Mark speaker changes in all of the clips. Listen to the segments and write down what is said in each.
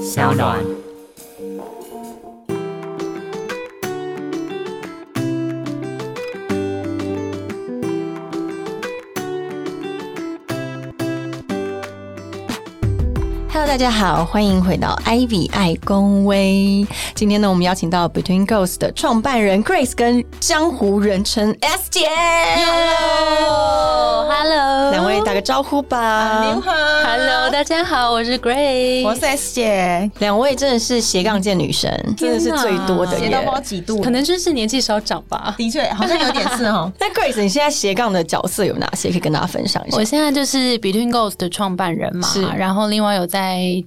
Speaker 1: 小暖。
Speaker 2: Hello，大家好，欢迎回到 Ivy 爱公微。今天呢，我们邀请到 Between Ghosts 的创办人 Grace 跟江湖人称 S 姐
Speaker 3: Hello，Hello，
Speaker 2: 两位打个招呼
Speaker 4: 啊
Speaker 2: 吧。
Speaker 3: Hello，大家好，我是 Grace，
Speaker 4: 我是 S 姐，
Speaker 2: 两位真的是斜杠界女神，真的是最多的
Speaker 4: 斜
Speaker 2: 耶。
Speaker 4: 到。不知道几度，
Speaker 3: 可能就是年纪稍长吧。
Speaker 4: 的确好像有点是哦
Speaker 2: 那 Grace，你现在斜杠的角色有哪些？可以跟大家分享一下
Speaker 3: 我。现在就是 Between Goals 的创办人嘛
Speaker 2: 是，
Speaker 3: 然后另外有在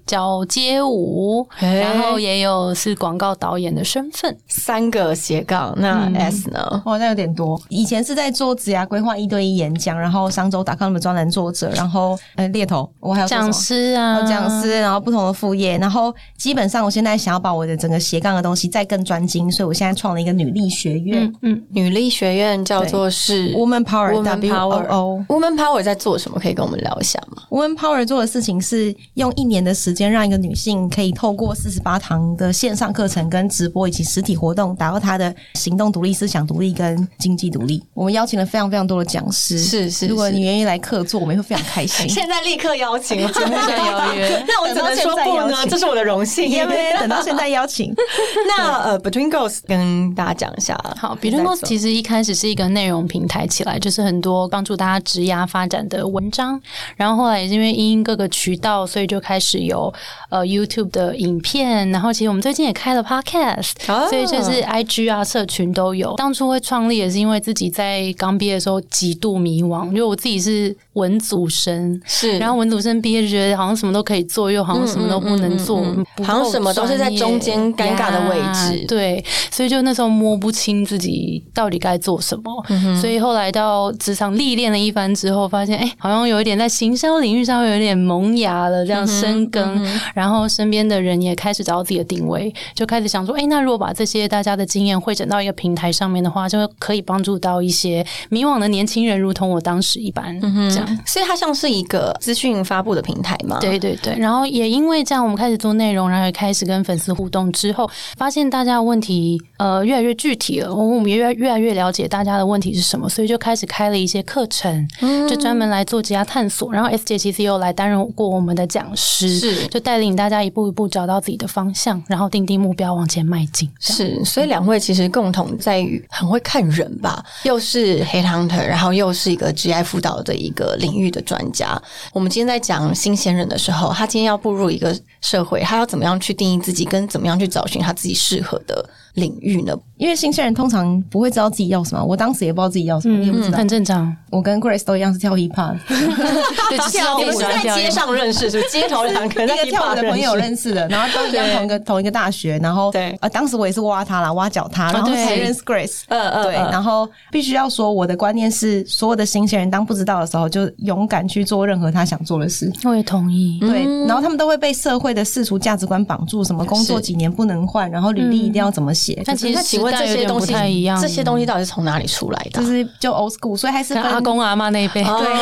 Speaker 3: 教街舞，
Speaker 2: 嘿哦
Speaker 3: 然后也有是广告导演的身份。
Speaker 2: 三个斜杠，
Speaker 4: 嗯
Speaker 2: 那 S 呢？
Speaker 4: 哇，那有点多。以前是在做职涯规划一对一演讲，然后商周打 com 的专栏作者，然后呃猎头，我还有做什么
Speaker 3: 讲师
Speaker 4: 然
Speaker 2: 哦
Speaker 3: 啊，
Speaker 4: 后讲师，然后不同的副业，然后基本上我现在想要把我的整个斜杠的东西再更专精，所以我现在创了一个女力学院、
Speaker 3: 嗯嗯，
Speaker 2: 女力学院叫做是
Speaker 4: w o m a n Power
Speaker 2: Woman
Speaker 4: W O
Speaker 2: Power
Speaker 4: O。
Speaker 2: Woman Power 在做什么？可以跟我们聊一下吗？
Speaker 4: Woman Power 做的事情是用一年的时间，让一个女性可以透过四十八堂的线上课程、跟直播以及实体活动，达到她的行动独立、思想独立跟经济独立。我们邀请了非常非常多的讲师，
Speaker 2: 是是
Speaker 4: 如果
Speaker 2: 是
Speaker 4: 你愿意来客座，我们也会非常开 心。
Speaker 2: 现在立刻邀请，节目
Speaker 3: 现在邀约
Speaker 2: 那我只能说不
Speaker 4: 等到现在邀
Speaker 2: 呢，
Speaker 4: 请
Speaker 2: 这是我的荣幸。
Speaker 4: 因为等到现在邀请，
Speaker 2: 那呃，Between Girls 跟大家讲一下，
Speaker 3: 好，Between Goals 其实一开始是一个内容平台起来，就是很多帮助大家职涯发展的文章，然后后来也是因为因应各个渠道，所以就开始有呃 YouTube 的影片，然后其实我们最近也开了 Podcast，、
Speaker 2: 哦
Speaker 3: 所以就是 IG 啊社群都有。当初会创立也是因为自己在刚毕业的时候极度迷惘，因为我自己是文组生。
Speaker 2: 是，
Speaker 3: 然后文组生毕业就觉得好像什么都可以做，又好像什么都不能做，
Speaker 2: 嗯嗯嗯
Speaker 3: 不够
Speaker 2: 好像什么都是在中间
Speaker 3: 专业
Speaker 2: 尴尬的位
Speaker 3: 呀
Speaker 2: 置
Speaker 3: 对，所以就那时候摸不清自己到底该做什么。
Speaker 2: 嗯
Speaker 3: 所以后来到职场历练了一番之后，发现哎、好像有一点在行销领域上会有点萌芽了，
Speaker 2: 嗯
Speaker 3: 这样深耕。然后身边的人也开始找到自己的定位，就开始想说，哎、那如果把这些大家的经验汇整到一个平台上面的话，就可以帮助到一些迷惘的年轻人，如同我当时一般、
Speaker 2: 嗯
Speaker 3: 这样。
Speaker 2: 所以它像是一个资讯发布的平台嘛，，
Speaker 3: 对对对，然后也因为这样，我们开始做内容，然后也开始跟粉丝互动之后，发现大家的问题呃越来越具体了，我们也越越来越了解大家的问题是什么，所以就开始开了一些课程，
Speaker 2: 嗯
Speaker 3: 就专门来做职业探索。然后 S 姐其实也有来担任过我们的讲师，
Speaker 2: 是
Speaker 3: 就带领大家一步一步找到自己的方向，然后定定目标往前迈进。这样
Speaker 2: 是，所以两位其实共同在于很会看人吧，
Speaker 3: 嗯
Speaker 2: 又是 head hunter，然后又是一个 GI 辅导的一个领域的专家。我们今天在讲新鲜人的时候，他今天要步入一个社会，他要怎么样去定义自己，跟怎么样去找寻他自己适合的领域呢？
Speaker 4: 因为新鲜人通常不会知道自己要什么，我当时也不知道自己要什么，你也不知
Speaker 3: 嗯，
Speaker 4: 道。
Speaker 3: 很正常。
Speaker 4: 我跟 Grace 都一样是跳 hip hop，
Speaker 3: 对，只知道
Speaker 2: 你
Speaker 3: 我
Speaker 2: 们是
Speaker 3: 喜欢
Speaker 2: 在
Speaker 3: 跳
Speaker 2: 街上认识，是不是？街头两 个人
Speaker 4: 一
Speaker 2: 在
Speaker 4: 个跳舞的朋友
Speaker 2: 识
Speaker 4: 认识 的，然后都一样同一个同一个大学，然后
Speaker 2: 对哦
Speaker 4: 呃，当时我也是挖他啦，挖角他，然后
Speaker 3: 对
Speaker 4: 才认识 Grace，
Speaker 2: 嗯嗯
Speaker 4: 对，
Speaker 2: 嗯
Speaker 4: 然后必须要说我的观念是，所有的新鲜人当不知道的时候，就勇敢去做任何他想做的事。
Speaker 3: 我也同意。
Speaker 2: 嗯
Speaker 4: 对，然后他们都会被社会的世俗价值观绑住，什么工作几年不能换，然后履历一定要怎么写，
Speaker 3: 但其实
Speaker 2: 那请问
Speaker 3: 时代
Speaker 2: 这
Speaker 3: 有
Speaker 2: 些
Speaker 3: 点
Speaker 2: 东
Speaker 3: 不
Speaker 2: 西
Speaker 3: 太一样，
Speaker 2: 这些东西到底是从哪里出来的
Speaker 4: 就
Speaker 2: 啊？
Speaker 4: 是就 old school，所以还是
Speaker 3: 像
Speaker 4: 分
Speaker 3: 阿公阿妈那一辈，
Speaker 4: 对就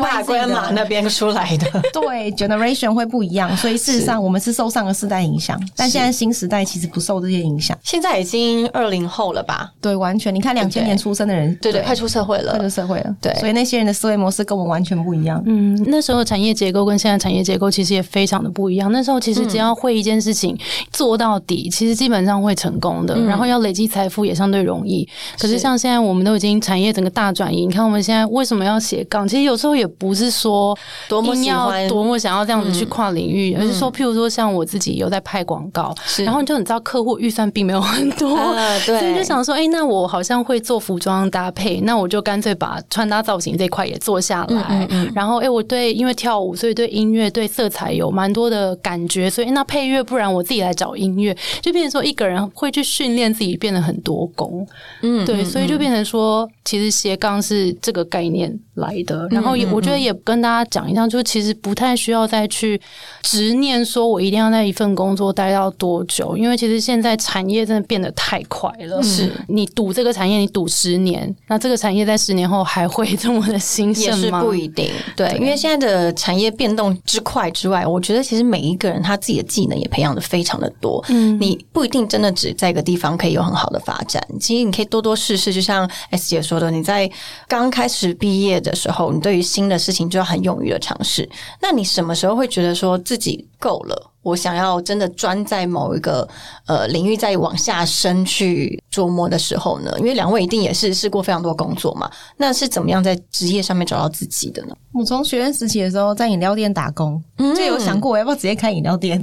Speaker 2: 哦
Speaker 4: XYZ
Speaker 2: grandpa
Speaker 4: 的
Speaker 2: grandma 那边出来的。
Speaker 4: 对 generation 会不一样，所以事实上我们是受上个世代影响，但现在新时代其实不受这些影响。
Speaker 2: 现在已经二零后了吧？
Speaker 4: 对，完全你看两千年出生的人，
Speaker 2: 对对，快出社会
Speaker 4: 快出
Speaker 2: 了。
Speaker 4: 社会了，
Speaker 2: 对
Speaker 4: 所以那些人的思维模式跟我们完全不一样。
Speaker 3: 嗯，那时候的产业结构跟现在产业结构其实也非常的不一样。那时候其实只要会一件事情、做到底，其实基本上会成功的。然后要累积财富也相对容易。可是像现在我们都已经产业整个大转移，你看我们现在为什么要斜杠？其实有时候也不是说
Speaker 2: 多么
Speaker 3: 硬
Speaker 2: 喜欢嗯
Speaker 3: 要多么想要这样子去跨领域，而是说譬如说像我自己有在拍广告，
Speaker 2: 是
Speaker 3: 然后就你知道客户预算并没有很多，
Speaker 2: 啊对
Speaker 3: 所以就想说，哎、那我好像会做服装搭配，那我就干脆把穿搭造型这块也做下来。
Speaker 2: 嗯
Speaker 3: 然后，哎、我对因为跳舞，所以对音乐、对色彩有蛮哎多的感觉，所以、诶那配乐，不然我自己来找音乐，就变成说一个人会去训练自己变得很多工，
Speaker 2: 嗯
Speaker 3: 对，所以就变成说，其实斜杠是这个概念来的。然后也
Speaker 2: 嗯
Speaker 3: 我觉得也跟大家讲一下，就其实不太需要再去执念说我一定要在一份工作待到多久，因为其实现在产业真的变得太快了。
Speaker 2: 嗯是
Speaker 3: 你赌这个产业，你赌十年，那这个产业在十年后还会 这么的兴
Speaker 2: 也
Speaker 3: 盛
Speaker 2: 是
Speaker 3: 吗？
Speaker 2: 不一定，对，因为现在的产业变动之快之外，我觉得其实每一个人他自己的技能也培养的非常的多。嗯，你不一定真的只在一个地方可以有很好的发展，其实你可以多多试试。就像 S 姐说的，你在刚开始毕业的时候，你对于新的事情就要很勇于的尝试。那你什么时候会觉得说自己够了？我想要真的专在某一个呃领域再往下深去琢磨的时候呢？因为两位一定也是试过非常多工作嘛，那是怎么样在职业上面找到自己 的呢？
Speaker 4: 我从学院时期的时候在饮料店打工，就有想过我要不要直接开饮料 店，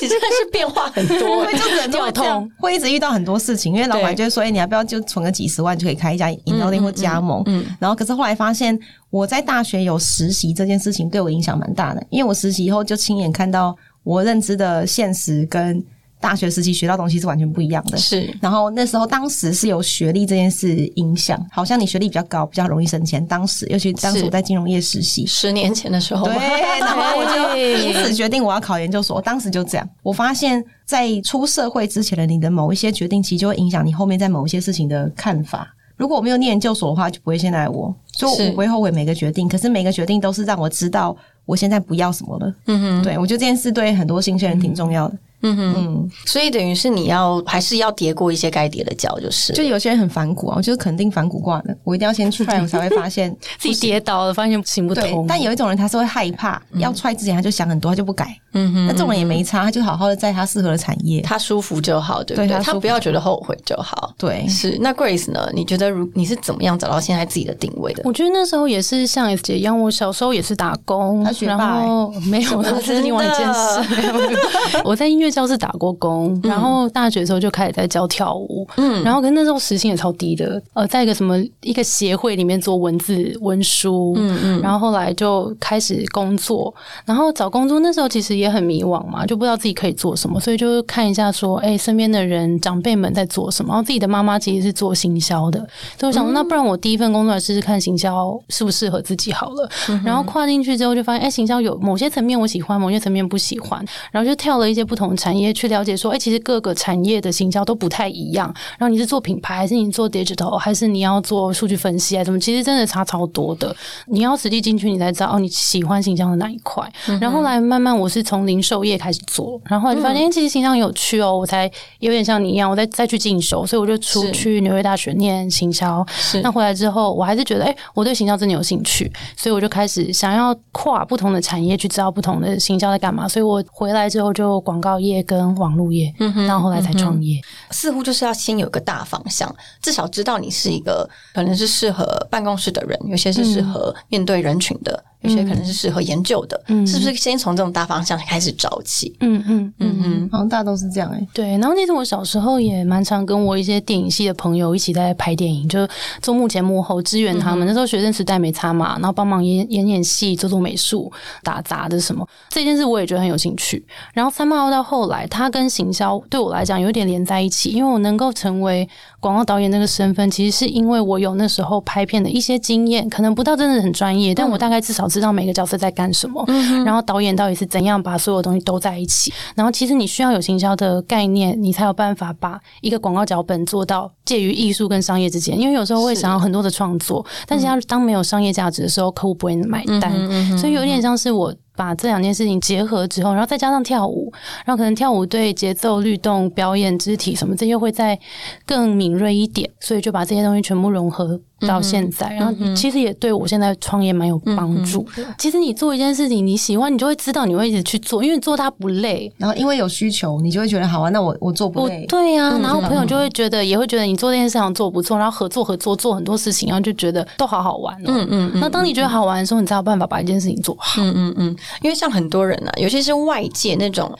Speaker 2: 其实是变化很多
Speaker 4: 因为就人都会这
Speaker 3: 掉
Speaker 4: 样
Speaker 3: 痛，
Speaker 4: 会一直遇到很多事情，因为老板
Speaker 2: 对
Speaker 4: 就会说，哎，你要不要就存个几十万就可以开一家饮料店或加盟？然后可是后来发现我在大学有实习这件事情对我影响蛮大的，因为我实习以后就亲眼看到我认知的现实跟大学时期学到的东西是完全不一样的。
Speaker 2: 是
Speaker 4: 然后那时候当时是有学历这件事影响，好像你学历比较高，比较容易升迁。当时尤其当时
Speaker 2: 是
Speaker 4: 我在金融业实 习，
Speaker 2: 十年前的时 候吗，
Speaker 4: 对，然后我就
Speaker 3: 对
Speaker 4: 因此决定我要考研究所。我当时就这样，我发现，在出社会之前的你的某一些决定，其实就会影响你后面在某一些事情的看法。如果我没有念研究所的话，就不会现在我，所以
Speaker 2: 是
Speaker 4: 我不会后悔每个决定。可是每个决定都是让我知道我现在不要什么了。嗯哼，对我觉得这件事对很多新鲜人挺重要的。嗯哼，嗯，
Speaker 2: 所以等于是你要还是要叠过一些该叠的脚，就是
Speaker 4: 就有些人很反骨啊，我就是肯定反骨挂的，我一定要先 try，我才会发现
Speaker 3: 自己跌倒了，发现行不
Speaker 4: 对
Speaker 3: 通，。
Speaker 4: 但有一种人他是会害怕，要踹之前他就想很多，他就不改。嗯哼，那这种人也没差，他就好好的在他适合的产业。
Speaker 2: 他舒服就好，对不
Speaker 4: 对
Speaker 2: 对？
Speaker 4: 他舒
Speaker 2: 他
Speaker 4: 服
Speaker 2: 不要觉得后悔就好。
Speaker 4: 对，
Speaker 2: 是，那 Grace 呢？你觉得如你是怎么样找到现在自己的定位的？
Speaker 3: 我觉得那时候也是像 S 姐一样，我小时候也是打工，
Speaker 4: 她学霸
Speaker 3: 然
Speaker 4: 欸
Speaker 3: 后没有啦，这是另外一件事。没有没有 我在音乐教室打过工，然后大学的时候就开始在教跳舞，嗯，然后可是那时候时薪也超低的，呃，在一个什么一个协会里面做文字文书，嗯嗯，然后后来就开始工作，然后找工作那时候其实也很迷惘嘛，就不知道自己可以做什么，所以就看一下说，哎、身边的人长辈们在做什么。然后自己的妈妈其实是做行销的，所以我想说，那不然我第一份工作来试试看行销适不适合自己好了。然后跨进去之后就发现，哎、行销有某些层面我喜欢，某些层面不喜欢，然后就跳了一些不同的产业去了解说，哎、其实各个产业的行销都不太一样。然后你是做品牌，还是你做 digital，还是你要做数据分析啊？什么？其实真的差超多的。你要实际进去，你才知道哦，你喜欢形象的哪一块。然后后来慢慢我是从零售业开始做，然后后来就发现、哎诶其实形象有趣哦，我才有点像你一样，我再再去进修，所以我就出
Speaker 2: 是
Speaker 3: 去纽约大学念行销。
Speaker 2: 是
Speaker 3: 那回来之后，我还是觉得，哎、我对行销真的有兴趣，所以我就开始想要跨不同的产业去知道不同的行销在干嘛。所以我回来之后就广告业跟网络业，然后后来才创业。
Speaker 2: 似乎就是要先有一个大方向，至少知道你是一个可能是适合办公室的人，有些是适合面对人群的，有些可能是适合研究的，是不是先从这种大方向开始找起？
Speaker 3: 嗯嗯嗯。
Speaker 2: 嗯
Speaker 4: 好像大家都是这样哎、
Speaker 3: 对，然后那次我小时候也蛮常跟我一些电影系的朋友一起在拍电影，就是做幕前幕后支援他们。那时候学生时代没差嘛，然后帮忙演演演戏、做做美术、打杂的什么，这件事我也觉得很有兴趣。然后三毛到后来，他跟行销对我来讲有点连在一起，因为我能够成为广告导演那个身份，其实是因为我有那时候拍片的一些经验，可能不到真的很专业，但我大概至少知道每个角色在干什么，然后导演到底是怎样把所有东西都在一起。然后其实你需要有行销的概念，你才有办法把一个广告脚本做到介于艺术跟商业之间。因为有时候会想要很多的创作，但是它当没有商业价值的时候，客户不会买
Speaker 2: 嗯
Speaker 3: 单，所以有点像是我。把这两件事情结合之后，然后再加上跳舞，然后可能跳舞对节奏、律动、表演、肢体什么这些会再更敏锐一点，所以就把这些东西全部融合到现在。然后其实也对我现在创业蛮有帮助。其实你做一件事情你喜欢，你就会知道你会一直去做，因为你做它不累，
Speaker 4: 然后因为有需求，你就会觉得好啊，那我我做不
Speaker 3: 我
Speaker 4: 累。
Speaker 3: 对呀、然后朋友就会觉得，也会觉得你做这件事情做得不错，然后合作合作做很多事情，然后就觉得都好好玩哦。嗯嗯。那当你觉得好玩的时候，你才有办法把一件事情做好。
Speaker 2: 嗯嗯嗯，因为像很多人啊，尤其是外界那种。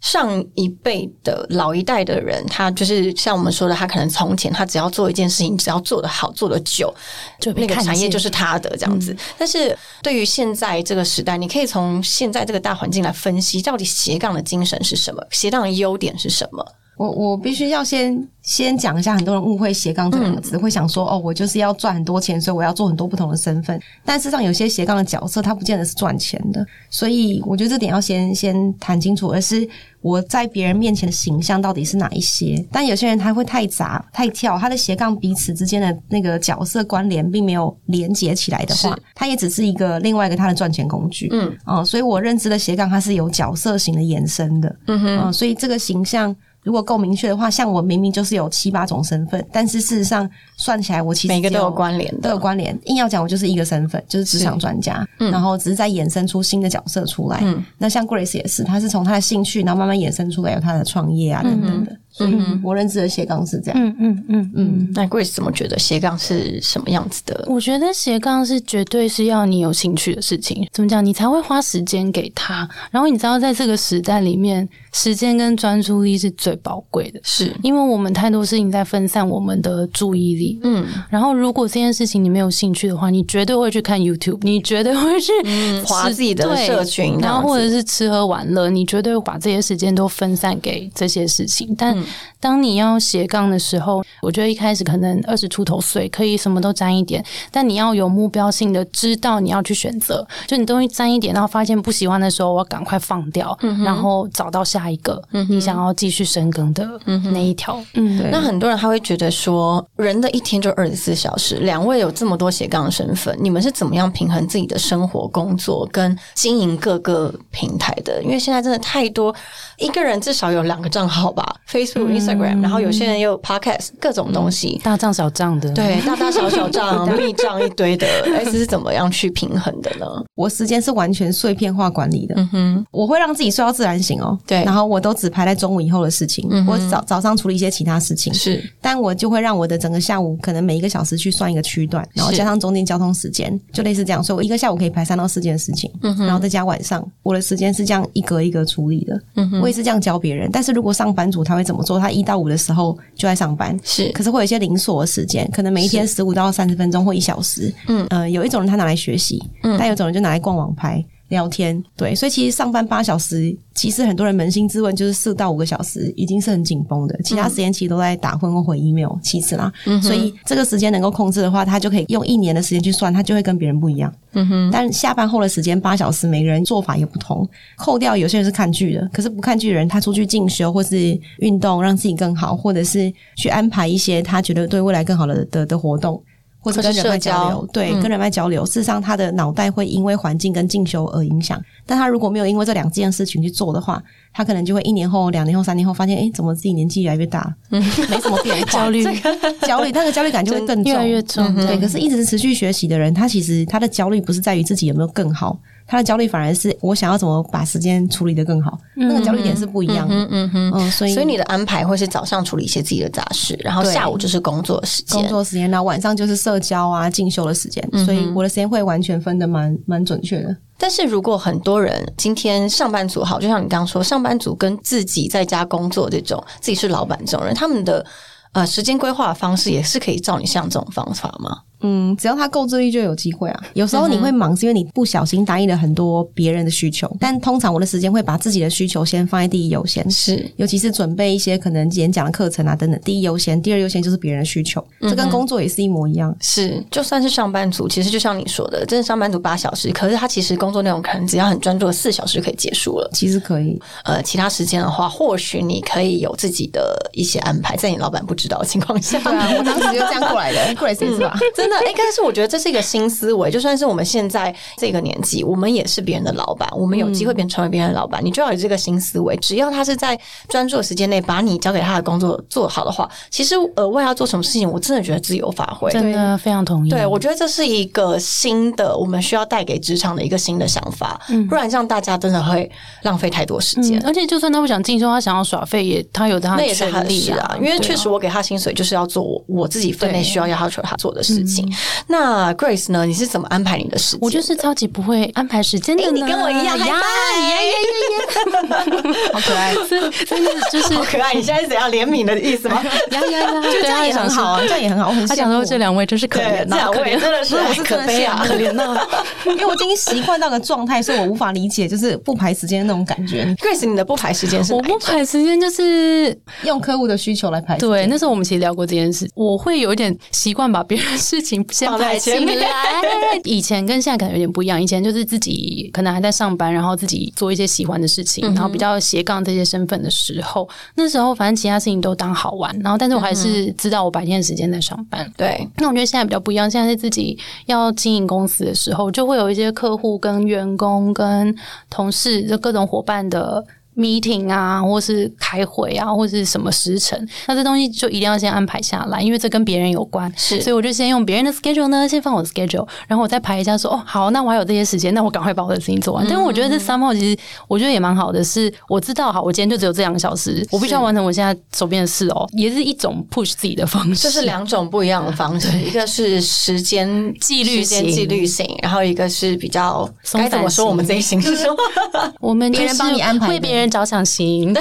Speaker 2: 上一辈的老一代的人，他就是像我们说的，他可能从前他只要做一件事情，只要做得好、做得久，
Speaker 3: 就被
Speaker 2: 那个
Speaker 3: 看
Speaker 2: 产业
Speaker 3: 见嗯
Speaker 2: 就是他的这样子。但是对于现在这个时代，你可以从现在这个大环境来分析，到底斜杠的精神是什么，斜杠的优点是什么。
Speaker 4: 我我必须要先先讲一下，很多人误会斜杠这两个
Speaker 2: 嗯
Speaker 4: 字，会想说哦，我就是要赚很多钱，所以我要做很多不同的身份。但事实上，有些斜杠的角色，它不见得是赚钱的，所以我觉得这点要先先谈清楚，而是我在别人面前的形象到底是哪一些。但有些人他会太杂太跳，他的斜杠彼此之间的那个角色关联并没有连接起来的话
Speaker 2: 是，
Speaker 4: 它也只是一个另外一个他的赚钱工具。
Speaker 2: 嗯，
Speaker 4: 哦，所以我认知的斜杠它是有角色型的延伸的。
Speaker 2: 嗯哼，
Speaker 4: 嗯，所以这个形象如果够明确的话，像我明明就是有七八种身份，但是事实上算起来，我其实
Speaker 2: 每个
Speaker 4: 只
Speaker 2: 都有关联
Speaker 4: 都有
Speaker 2: 的，
Speaker 4: 关联。硬要讲，我就是一个身份，就是职场专家，
Speaker 2: 嗯
Speaker 4: 然后只是在衍生出新的角色出来。
Speaker 2: 嗯
Speaker 4: 那像 Grace 也是，她是从她的兴趣，然后慢慢衍生出来有她的创业
Speaker 2: 嗯
Speaker 4: 啊等等的。所以我认知的斜杠是这样。
Speaker 3: 嗯嗯嗯
Speaker 4: 嗯，
Speaker 2: 那 Grace 怎么觉得斜杠是什么样子的？
Speaker 3: 我觉得斜杠是绝对是要你有兴趣的事情，怎么讲，你才会花时间给他。然后你知道，在这个时代里面，时间跟专注力是最宝贵的，
Speaker 2: 是，
Speaker 3: 因为我们太多事情在分散我们的注意力。
Speaker 2: 嗯，
Speaker 3: 然后，如果这件事情你没有兴趣的话，你绝对会去看 YouTube，你绝对会去
Speaker 2: 嗯
Speaker 3: 吃
Speaker 2: 划自己的
Speaker 3: 对
Speaker 2: 社群这样子
Speaker 3: 然后或者是吃喝玩乐，你绝对会把这些时间都分散给这些事情。但
Speaker 2: 嗯
Speaker 3: 当你要斜杠的时候，我觉得一开始可能二十出头岁可以什么都沾一点，但你要有目标性的知道你要去选择，就你东西沾一点，然后发现不喜欢的时候，我要赶快放掉，
Speaker 2: 嗯
Speaker 3: 然后找到下一个、你想要继续深耕的那一条。嗯，
Speaker 2: 那很多人他会觉得说，人的一天就二十四小时，两位有这么多斜杠身份，你们是怎么样平衡自己的生活、工作跟经营各个平台的？因为现在真的太多，一个人至少有两个账号吧，Facebook、Instagram，然后有些人又有 Podcast，各种东西。
Speaker 3: 大账小账的，
Speaker 2: 对，大大小小账、密账一堆的，S 是怎么样去平衡的呢？
Speaker 4: 我时间是完全碎片化管理的，
Speaker 2: 嗯哼，
Speaker 4: 我会让自己睡到自然醒哦。
Speaker 2: 对嗯
Speaker 4: 然后我都只排在中午以后的事情，我早早上处理一些其他事情。
Speaker 2: 是
Speaker 4: 但我就会让我的整个下午可能每一个小时去算一个区段，然后加上中间交通时间，就类似这样，所以我一个下午可以排三到四件事情，然后再加晚上，我的时间是这样一格一格处理的。我也是这样教别人，但是如果上班族他会怎么做？他一到五的时候就在上班。
Speaker 2: 是，
Speaker 4: 可是会有一些零锁的时间，可能每一天十五到三十分钟或一小时。嗯，呃，有一种人他拿来学习，但有一种人就拿来逛网拍、聊天。对，所以其实上班八小时，其实很多人扪心自问，就是四到五个小时已经是很紧绷的，其他时间其实都在打混或回 email 其次啦。所以这个时间能够控制的话，他就可以用一年的时间去算，他就会跟别人不一样。但下班后的时间八小时，每个人做法也不同。扣掉有些人是看剧的，可是不看剧的人，他出去进修或是运动，让自己更好，或者是去安排一些他觉得对未来更好的的的活动，或者跟人脉交
Speaker 2: 或
Speaker 4: 流。对，
Speaker 3: 嗯
Speaker 4: 跟人脉交流，事实上他的脑袋会因为环境跟进修而影响。但他如果没有因为这两件事情去做的话，他可能就会一年后、两年后、三年后发现，哎、怎么自己年纪越来越大了，没什么变化，
Speaker 3: 焦虑
Speaker 4: 焦虑，那个焦虑感就会更重，
Speaker 3: 越来越重
Speaker 2: 嗯
Speaker 4: 对，可是一直持续学习的人，他其实他的焦虑不是在于自己有没有更好，他的焦虑反而是我想要怎么把时间处理得更好，那个焦虑
Speaker 3: 嗯
Speaker 4: 点是不一样的。嗯嗯所以
Speaker 2: 所以你的安排会是早上处理一些自己的杂事，然后
Speaker 4: 对
Speaker 2: 下午就是工作时间
Speaker 4: 工。作时间，然后晚上就是社交啊、进修的时间，所以我的时间会完全分得蛮蛮准确的。
Speaker 2: 但是如果很多人今天上班族好，就像你刚刚说，上班族跟自己在家工作这种，自己是老板这种人，他们的呃时间规划方式也是可以照你像这种方法吗？
Speaker 4: 嗯，只要他够自律就有机会啊。有时候你会忙，是因为你不小心答应了很多别人的需求，但通常我的时间会把自己的需求先放在第一优先。
Speaker 2: 是，
Speaker 4: 尤其是准备一些可能演讲的课程啊等等，第一优先，第二优先就是别人的需求，这跟工作也是一模一样。
Speaker 2: 是，就算是上班族，其实就像你说的，真的上班族八小时，可是他其实工作内容可能只要很专注的四小时就可以结束了。
Speaker 4: 其实可以，
Speaker 2: 呃，其他时间的话，或许你可以有自己的一些安排，在你老板不知道的情况下。
Speaker 4: 对啊， 我当时就这样过 来的，过来谁是吧？
Speaker 2: 真的，哎、但是我觉得这是一个新思维，就算是我们现在这个年纪，我们也是别人的老板，我们有机会
Speaker 3: 嗯
Speaker 2: 变成为别人的老板，你就要有这个新思维。只要他是在专注的时间内把你交给他的工作做好的话，其实额外要做什么事情，我真的觉得自由发挥。
Speaker 3: 真的嗯非常同意。
Speaker 2: 对，我觉得这是一个新的，我们需要带给职场的一个新的想法，不然这样大家真的会浪费太多时间。
Speaker 3: 嗯嗯而且就算他不想进修，他想要耍废也，他有他
Speaker 2: 那
Speaker 3: 的
Speaker 2: 也是他
Speaker 3: 权
Speaker 2: 的啊
Speaker 3: 利
Speaker 2: 事啊，因为确实我给他薪水就是要做我我自己分内
Speaker 3: 对
Speaker 2: 需要要求他做的事情。那 Grace 呢？你是怎么安排你的时间？
Speaker 3: 我就是超级不会安排时间的
Speaker 2: 哎
Speaker 3: 呢、
Speaker 2: 你跟我一样
Speaker 3: 呀
Speaker 2: 嗨
Speaker 3: 呀呀呀呀，好可爱，真真的就是
Speaker 2: 好可爱！你现在是怎样怜悯的意思 吗？
Speaker 3: 呀呀呀，
Speaker 4: 这
Speaker 3: 对，
Speaker 4: 样
Speaker 3: 他
Speaker 4: 也很
Speaker 3: 想说
Speaker 4: 好啊，这样也很好，我很
Speaker 3: 他
Speaker 4: 羡
Speaker 3: 想
Speaker 4: 慕
Speaker 3: 说。这两位真是可怜
Speaker 2: 对，这
Speaker 3: 呐、
Speaker 2: 两
Speaker 3: 可
Speaker 2: 位
Speaker 3: 怜。
Speaker 2: 真的是
Speaker 4: 不是我
Speaker 2: 哎
Speaker 4: 是
Speaker 2: 可
Speaker 4: 真的
Speaker 2: 悲
Speaker 4: 羡
Speaker 2: 啊
Speaker 4: 慕，
Speaker 2: 可怜呐。
Speaker 4: 因为我已经习惯到个状态，所以我无法理解就是不排时间那种感觉。
Speaker 2: Grace，你的不排时间是
Speaker 3: 我
Speaker 2: 哪一
Speaker 3: 不
Speaker 2: 种？
Speaker 3: 排时间就是
Speaker 4: 用客户的需求来排时间，
Speaker 3: 对，那时候我们其实聊过这件事，我会有一点习惯把别人的事情先
Speaker 2: 放在
Speaker 3: 排起
Speaker 2: 前面
Speaker 3: 来。以前跟现在可能有点不一样，以前就是自己可能还在上班，然后自己做一些喜欢的事情，然后比较斜杠这些身份的时候，那时候反正其他事情都当好玩，然后但是我还是知道我白天的时间在上班。
Speaker 2: 对，
Speaker 3: 那我觉得现在比较不一样，现在是自己要经营公司的时候，就会有一些客户、跟员工、跟同事、就各种伙伴的 meeting 啊，或是开会啊，或是什么时辰，那这东西就一定要先安排下来，因为这跟别人有关。
Speaker 2: 是
Speaker 3: 所以我就先用别人的 schedule 呢，先放我的 schedule，然后我再排一下说，哦，好，那我还有这些时间，那我赶快把我的事情做完。但是我觉得
Speaker 2: 嗯
Speaker 3: 这三号其实我觉得也蛮好的是，我知道好，我今天就只有这两个小时，我必须要完成我现在手边的事哦，也是一种 push 自己的方式。
Speaker 2: 就是两种不一样的方式，一个是时间
Speaker 3: 纪律
Speaker 2: 时间
Speaker 3: 型
Speaker 2: 纪律型，然后一个是比较
Speaker 3: 松
Speaker 2: 该
Speaker 3: 散
Speaker 2: 怎么说
Speaker 3: 型
Speaker 2: 我们这一型是什么？
Speaker 3: 我们
Speaker 4: 别人
Speaker 3: 就是
Speaker 4: 帮你安排的
Speaker 3: 为别人着想型。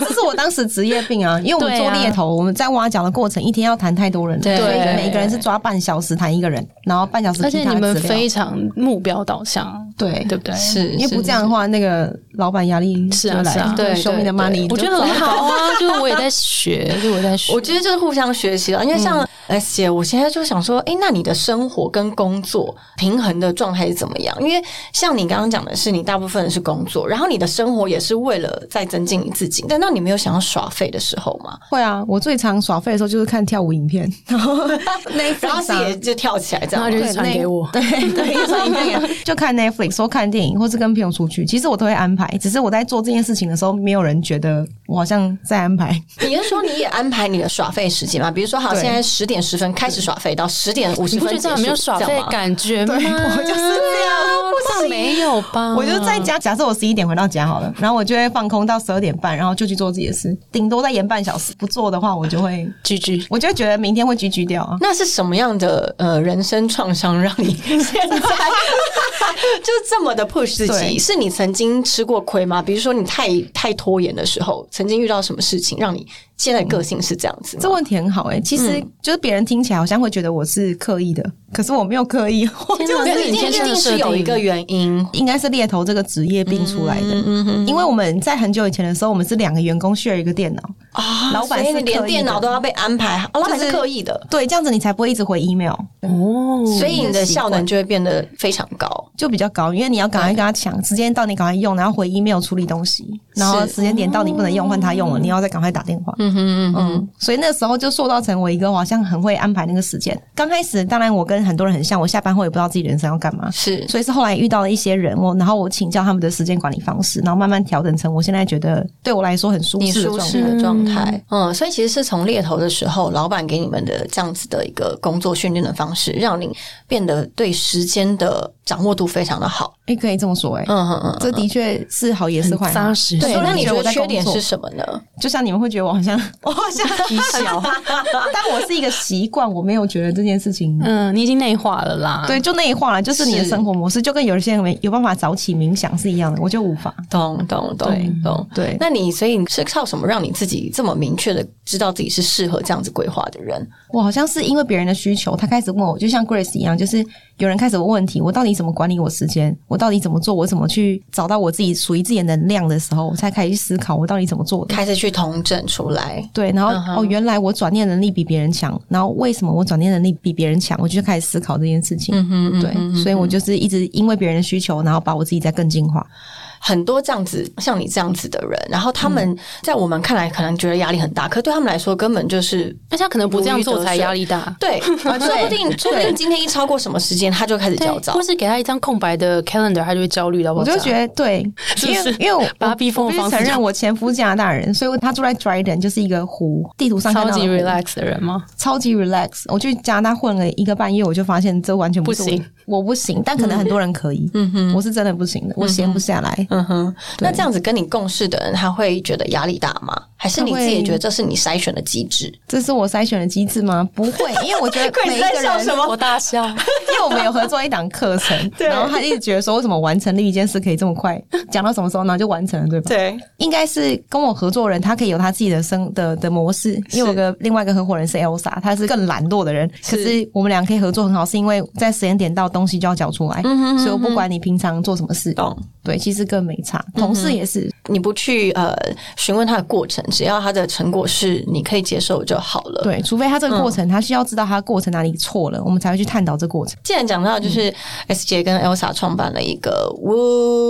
Speaker 4: 这是我当时职业 病啊，因为我们
Speaker 3: 对
Speaker 4: 做
Speaker 3: 啊
Speaker 4: 猎头，我们在挖角的过程一天要谈太多人了，
Speaker 3: 对
Speaker 4: 所以每个人是抓半小时谈一个人，然后半小时
Speaker 3: 而
Speaker 4: 听
Speaker 3: 且
Speaker 4: 他
Speaker 3: 你
Speaker 4: 的
Speaker 3: 们
Speaker 4: 资料
Speaker 3: 非常目标导向，
Speaker 4: 对
Speaker 3: 对不对？
Speaker 2: 是
Speaker 4: 因为不这样的话，那个老板压力
Speaker 3: 是啊
Speaker 4: 就来
Speaker 3: 是啊
Speaker 2: 对
Speaker 4: 兄弟的
Speaker 2: 对
Speaker 4: money，
Speaker 3: 我觉得很好 啊，就我也在学，就我在学。
Speaker 2: 我觉得就是互相学习了，因为像 S 姐，我现在就想说，哎、那你的生活跟工作平衡的状态是怎么样？因为像你刚刚讲的是，你大部分是工作，然后你的生活也是为了在增进你自己。但那你没有想要耍废的时候吗？
Speaker 4: 会啊。我最常耍废的时候就是看跳舞影片， 然后 Netflix
Speaker 2: 然后自
Speaker 4: 啊
Speaker 2: 己也就跳起来这
Speaker 3: 然
Speaker 2: 样吗。
Speaker 3: 后就
Speaker 4: 对
Speaker 3: 是传
Speaker 4: 那
Speaker 3: 给我，
Speaker 4: 对 对，一传一遍啊 就看 Netflix 或看电影，或是跟朋友出去，其实我都会安排。只是我在做这件事情的时候，没有人觉得我好像在安排。
Speaker 2: 你是说你也安排你的耍废时间吗？比如说，好，
Speaker 4: 对
Speaker 2: 现在十点十分开始耍废，到十点五
Speaker 3: 你
Speaker 2: 十
Speaker 3: 不
Speaker 2: 分
Speaker 3: 觉得
Speaker 2: 结
Speaker 3: 这
Speaker 2: 束
Speaker 3: 样没有耍
Speaker 2: 这
Speaker 3: 废
Speaker 2: 样吗
Speaker 3: 感觉吗？
Speaker 4: 对我就是这样
Speaker 3: 这样没有吧？
Speaker 4: 我就在家，假设我十一点回到家好了，然后我就会放空到十二点半，然后就去做自己的事，顶多再延半小时。不做的话，我就会，
Speaker 3: 居居。
Speaker 4: 我就会觉得明天会 GG 掉啊。
Speaker 2: 那是什么样的呃人生创伤让你现在就这么的 push 自己？
Speaker 4: 对
Speaker 2: 是你曾经吃过亏吗？比如说你太太拖延的时候，曾经遇到什么事情让你现在个性是这样子吗？
Speaker 4: 这问题很好哎、其实
Speaker 2: 嗯
Speaker 4: 就是别人听起来好像会觉得我是刻意的，可是我没有刻意，我
Speaker 3: 天
Speaker 4: 就
Speaker 3: 哪
Speaker 4: 是
Speaker 3: 这
Speaker 2: 一
Speaker 3: 你
Speaker 2: 定
Speaker 3: 天
Speaker 2: 一
Speaker 3: 生的
Speaker 2: 定是
Speaker 3: 设
Speaker 2: 有一
Speaker 3: 定
Speaker 2: 个原因。
Speaker 4: 应该是猎头这个职业病出来
Speaker 2: 嗯
Speaker 4: 的。因为我们在很久以前的时候，我们是两个员工 share 一个电脑，
Speaker 2: 啊
Speaker 4: 老板
Speaker 2: 所以
Speaker 4: 是
Speaker 2: 你连
Speaker 4: 刻意
Speaker 2: 电
Speaker 4: 的
Speaker 2: 脑都要被安排，哦老板
Speaker 4: 就是
Speaker 2: 是刻意的，
Speaker 4: 对，这样子你才不会一直回 email，
Speaker 3: 哦，
Speaker 2: 所以你的
Speaker 4: 习惯
Speaker 2: 效能就会变得非常高。
Speaker 4: 就比较高，因为你要赶快跟他抢，时间到你赶快用，然后回 email 处理东西，然后时间点到你不能用，换他用了，你要再赶快打电话。
Speaker 2: 哦嗯哼嗯哼，
Speaker 4: 嗯，所以那时候就塑造成我一个我好像很会安排那个时间。刚开始，当然我跟很多人很像，我下班后也不知道自己人生要干嘛，
Speaker 2: 是
Speaker 4: 所以是后来遇到了一些人，我然后我请教他们的时间管理方式，然后慢慢调整成我现在觉得对我来说很舒
Speaker 2: 你
Speaker 4: 适的
Speaker 2: 舒
Speaker 4: 状
Speaker 2: 适
Speaker 4: 态。
Speaker 2: 的状态，嗯，所以其实是从猎头的时候，老板给你们的这样子的一个工作训练的方式，让你变得对时间的掌握度非常的好。
Speaker 4: 诶，可以这么说、诶，
Speaker 2: 嗯嗯嗯，
Speaker 4: 这的确是好也是坏
Speaker 3: 很。扎实。
Speaker 2: 对。
Speaker 4: 所以
Speaker 2: 那
Speaker 4: 你
Speaker 2: 你
Speaker 4: 觉
Speaker 2: 觉
Speaker 4: 得我
Speaker 2: 得
Speaker 4: 在
Speaker 2: 缺点
Speaker 4: 工作
Speaker 2: 是什么呢？
Speaker 4: 就像你们会觉得我好像 我好像皮小，但我是一个习惯，我没有觉得这件事情。
Speaker 3: 嗯，你已经内化了啦。
Speaker 4: 对，，就内化了，就是你的
Speaker 2: 是
Speaker 4: 生活模式，就跟有些人没有办法早起冥想是一样的，我就无法。
Speaker 2: 懂懂懂懂。
Speaker 4: 对，
Speaker 2: 那你所以你是靠什么让你自己这么明确的知道自己是适合这样子规划的人？
Speaker 4: 我好像是因为别人的需求，他开始问我，就像 Grace 一样，就是有人开始问问题，我到底怎么管理我时间？我到底怎么做？我怎么去找到我自己属于自己的能量的时候，我才开始去思考我到底怎么做的。
Speaker 2: 开始去统整出来。
Speaker 4: 对，然后、
Speaker 2: 嗯哼
Speaker 4: 哦，原来我转念能力比别人强，然后为什么我转念能力比别人强？我就开始思考这件事情。
Speaker 2: 嗯哼嗯
Speaker 4: 对，所以我就是一直因为别人的需求，然后把我自己再更进化。
Speaker 2: 很多这样子像你这样子的人，然后他
Speaker 4: 嗯
Speaker 2: 们在我们看来可能觉得压力很大，可对他们来说根本就是
Speaker 3: 而且他可能不这样做才压力大。
Speaker 2: 对， 啊说不定说不定今天一超过什么时间，他就开始焦躁
Speaker 3: 或。是给他一张空白的 calendar，他就会焦虑到爆
Speaker 4: 我
Speaker 3: 炸。
Speaker 4: 就觉得对，
Speaker 3: 是
Speaker 4: 因
Speaker 3: 不
Speaker 4: 为
Speaker 3: 是
Speaker 4: 因为我
Speaker 3: 把他逼疯
Speaker 4: 我
Speaker 3: 的
Speaker 4: 必须
Speaker 3: 方式
Speaker 4: 承
Speaker 3: 就
Speaker 4: 认我前夫加拿大人，所以他住在 Dryden，就是一个湖，地图上看
Speaker 3: 超
Speaker 4: 到的
Speaker 3: 级
Speaker 4: 湖
Speaker 3: relax 的人吗？
Speaker 4: 超级 relax。我去加拿大混了一个半月，我就发现这完全不是我
Speaker 3: 不行，
Speaker 4: 我不行。但可能很多人可以，嗯哼，我是真的不行的，我闲不下来。
Speaker 2: 嗯哼，
Speaker 4: 对
Speaker 2: 那这样子跟你共事的人，他会觉得压力大吗？还是你
Speaker 4: 他
Speaker 2: 自
Speaker 4: 会
Speaker 2: 己也觉得这是你筛选的机制？
Speaker 4: 这是我筛选的机制吗？不会，因为 我觉得
Speaker 2: 快
Speaker 4: 每
Speaker 2: 你
Speaker 4: 一
Speaker 2: 哎在
Speaker 4: 个
Speaker 2: 笑
Speaker 4: 人
Speaker 2: 什么
Speaker 3: 我大笑，
Speaker 4: 因为我们有合作一档课程，
Speaker 2: 对
Speaker 4: 然后他一直觉得说，为什么完成了一件事可以这么快，讲到什么时候呢就完成了，对吧？
Speaker 2: 对，
Speaker 4: 应该是跟我合作人，他可以有他自己的生的的模式。因为我个另外一个合伙人是 Elsa，他是更懒惰的人，可是我们俩可以合作很好，是因为在时间点到东西就要交出来，所以我不管你平常做什么事，
Speaker 2: 懂
Speaker 4: 对，其实更没差。同事也是，
Speaker 2: 你不去呃询问他的过程，只要他的成果是你可以接受就好了。
Speaker 4: 对，除非他这个过程，他需要知道他过程哪里错了，我们才会去探讨这过程。
Speaker 2: 既然讲到就是 S 姐跟 Elsa 创办了一个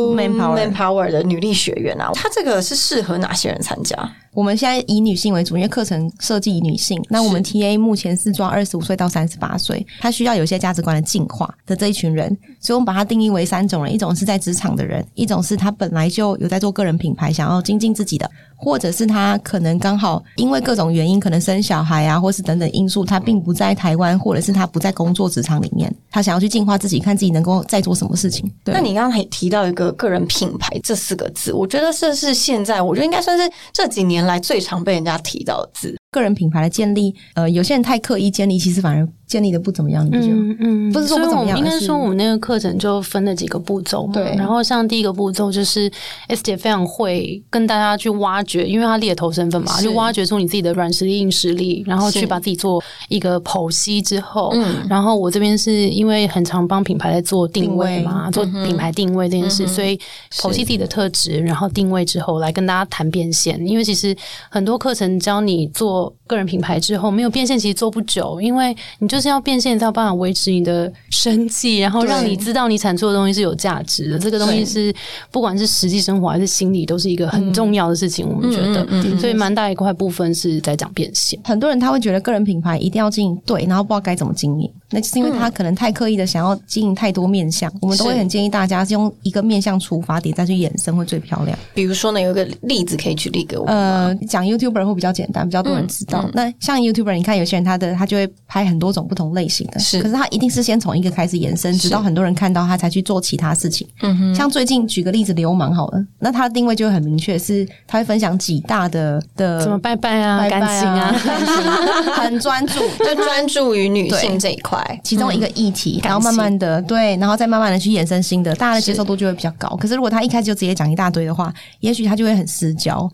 Speaker 2: Woman
Speaker 4: Manpower
Speaker 2: Power 的女力学院啊，它这个是适合哪些人参加？
Speaker 4: 我们现在以女性为主，因为课程设计以女性。那我们 TA 目前是抓二十五岁到三十八岁，她需要有一些价值观的进化的这一群人，所以我们把它定义为三种人：一种是在职场的人，一种是他本来就有在做个人品牌，想要精进自己的，或者是他可能刚好因为各种原因，可能生小孩啊，或是等等因素，他并不在台湾，或者是他不在工作职场里面，他想要去进化自己，看自己能够再做什么事情。对
Speaker 2: 那你刚刚还提到一个个人品牌这四个字，我觉得这是现在我觉得应该算是这几年来最常被人家提到的字。
Speaker 4: 个人品牌的建立，呃，有些人太刻意建立，其实反而建立的不怎么样，你不觉得吗？
Speaker 3: 嗯嗯，
Speaker 4: 不是说不
Speaker 3: 所以
Speaker 4: 怎
Speaker 3: 我
Speaker 4: 么
Speaker 3: 们
Speaker 4: 样
Speaker 3: 应该
Speaker 4: 而是
Speaker 3: 说我们那个课程就分了几个步骤嘛。
Speaker 4: 对
Speaker 3: 然后像第一个步骤就是 S 姐非常会跟大家去挖掘，因为她猎头身份嘛，
Speaker 4: 是
Speaker 3: 就挖掘出你自己的软实力、硬实力，然后去
Speaker 2: 是
Speaker 3: 把自己做一个剖析之后，
Speaker 2: 嗯
Speaker 3: 然后我这边是因为很常帮品牌在做定位
Speaker 4: 定位
Speaker 3: 嘛，啊做品牌定位这件
Speaker 4: 嗯
Speaker 3: 事，所以剖析自己的特质，然后定位之后来跟大家谈变现。因为其实很多课程教你做个人品牌之后，没有变现其实做不久，因为你就是要变现，你才有办法维持你的生计， 然后让
Speaker 4: 对
Speaker 3: 你知道你产出的东西是有价值的。这个东西是不管是实际生活还是心理，都是一个很重要的事情。我们觉
Speaker 4: 嗯
Speaker 3: 得，所以蛮大一块部分是在讲变现。
Speaker 4: 很多人他会觉得个人品牌一定要经营对，然后不知道该怎么经营，那就是因为他可能太刻意的想要经营太多面向。我们都会
Speaker 2: 是
Speaker 4: 很建议大家是用一个面向出发点再去衍生会最漂亮。
Speaker 2: 比如说呢，有一个例子可以举例给我们吗。
Speaker 4: 呃，讲 YouTuber 会比较简单，比较多人知道。那像 YouTuber，你看有些人他的他就会拍很多种不同类型的，
Speaker 2: 是
Speaker 4: 可是他一定是先从一个开始延伸，直到很多人看到他才去做其他事情。嗯哼，像最近举个例子，流氓好了，那他的定位就会很明确，是他会分享几大的的
Speaker 3: 怎么拜拜啊，
Speaker 4: 呃拜拜
Speaker 3: 感情啊，
Speaker 4: 感情 很专注，
Speaker 2: 就专注于女性
Speaker 4: 对
Speaker 2: 这一块，嗯
Speaker 4: 其中一个议题，然后慢慢的对，然后再慢慢的去衍生新的，大家的接受度就会比较高。可是如果他一开始就直接讲一大堆的话，也许他就会很失焦。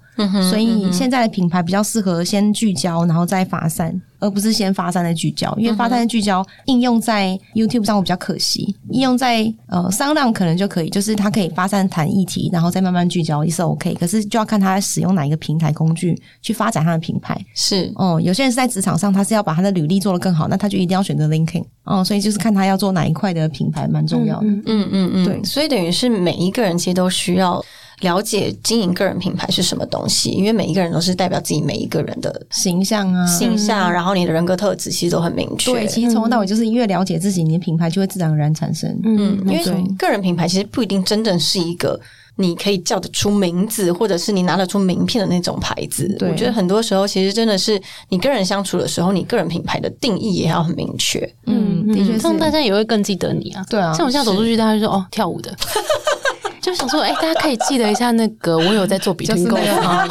Speaker 4: 所以现在的品牌比较适合先聚焦，然后再发散，而不是先发散再聚焦，因为发散再聚焦应用在 YouTube 上我比较可惜，应用在呃商量可能就可以，就是它可以发散谈议题，然后再慢慢聚焦也是 OK。可是就要看他使用哪一个平台工具去发展他的品牌。
Speaker 2: 是
Speaker 4: 哦，有些人是在职场上，他是要把他的履历做得更好，那他就一定要选择 LinkedIn。哦，所以就是看他要做哪一块的品牌，蛮重要的。
Speaker 2: 嗯嗯嗯，
Speaker 4: 对
Speaker 2: 所以等于是每一个人其实都需要了解经营个人品牌是什么东西，因为每一个人都是代表自己每一个人的
Speaker 4: 形象啊，
Speaker 2: 形象，然后你的人格特质其实都很明确。
Speaker 4: 对，其实从头到尾就是越了解自己，你的品牌就会自然而然产生。
Speaker 2: 嗯，因为
Speaker 4: 对
Speaker 2: 个人品牌其实不一定真正是一个你可以叫得出名字，或者是你拿得出名片的那种牌子。
Speaker 4: 对
Speaker 2: 我觉得很多时候其实真的是你跟人相处的时候，你个人品牌的定义也要很明确。
Speaker 4: 嗯，的确
Speaker 3: 这样大
Speaker 4: 是。
Speaker 3: 家也会更记得你啊。
Speaker 4: 对啊
Speaker 3: 像我现在走出去，大家就说哦，跳舞的。 就想说，哎、大家可以记得一下那个，我有在做比拼购
Speaker 4: 就是
Speaker 3: 啊，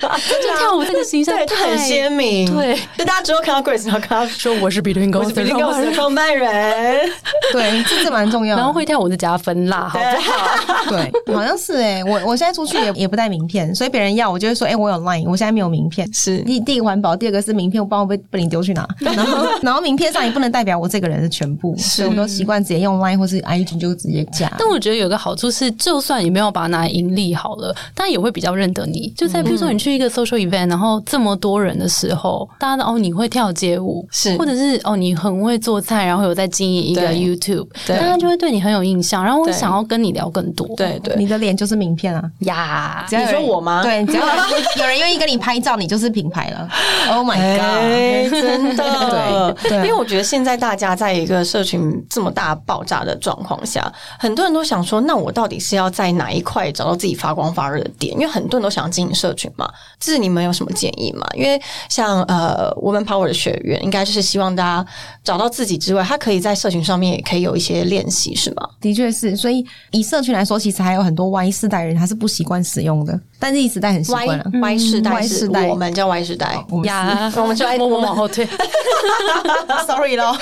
Speaker 3: 就跳舞这个形象
Speaker 2: 对，它很
Speaker 3: 太
Speaker 2: 鲜明。
Speaker 3: 对，
Speaker 2: 就大家只后看到 Grace，然后看到
Speaker 3: 说我是比拼购，
Speaker 2: 我是 Billy Gold 的 创办人。
Speaker 4: 对，这这蛮重要的。
Speaker 3: 然后会跳舞是加分啦，好不好？
Speaker 4: 对，好像是哎、我我现在出去也也不带名片，所以别人要我就会说，哎、我有 Line，我现在没有名片。
Speaker 2: 是
Speaker 4: 第第一个环保，第二个是名片，我不知道被被你丢去哪。然后 然后名片上也不能代表我这个人的全部，所以我都习惯直接用 Line 或是 IG 就直接加。
Speaker 3: 但我觉得有个好处是，就算你没有把它拿来盈利好了，大家也会比较认得你。就在比如说
Speaker 2: 嗯
Speaker 3: 你去一个 social event，然后这么多人的时候，大家都哦你会跳街舞，
Speaker 2: 是
Speaker 3: 或者是哦你很会做菜，然后有在经营一个
Speaker 2: 对
Speaker 3: YouTube，
Speaker 2: 对
Speaker 3: 大家就会对你很有印象，然后会
Speaker 2: 对
Speaker 3: 想要跟你聊更多。
Speaker 2: 对对，
Speaker 4: 你的脸就是名片啊！
Speaker 3: 呀，
Speaker 4: 只要有人
Speaker 2: 你说我吗
Speaker 4: 对，只 要有人有人愿意跟你拍照，你就是品牌了。Oh my god！，
Speaker 2: 哎真的
Speaker 4: 对对
Speaker 2: 因为我觉得现在大家在一个社群这么大爆炸的状况下，很多人都想说，那我到底是要在哪一块找到自己发光发热的点？因为很多人都想经营社群嘛，这是你们有什么建议吗？因为像呃，Woman Power 的学员，应该就是希望大家找到自己之外，他可以在社群上面也可以有一些练习，是吗？
Speaker 4: 的确是，所以以社群来说，其实还有很多 Y 世代人他是不习惯使用的，但是一时代很习
Speaker 2: Y 嗯
Speaker 4: 惯了。
Speaker 2: Y 世代
Speaker 4: Y
Speaker 2: 是
Speaker 4: 世代
Speaker 2: 我们叫 Y 世 代，
Speaker 4: 我们
Speaker 3: 呀，
Speaker 2: 我们就爱
Speaker 3: 默默往后退。
Speaker 4: sorry 咯，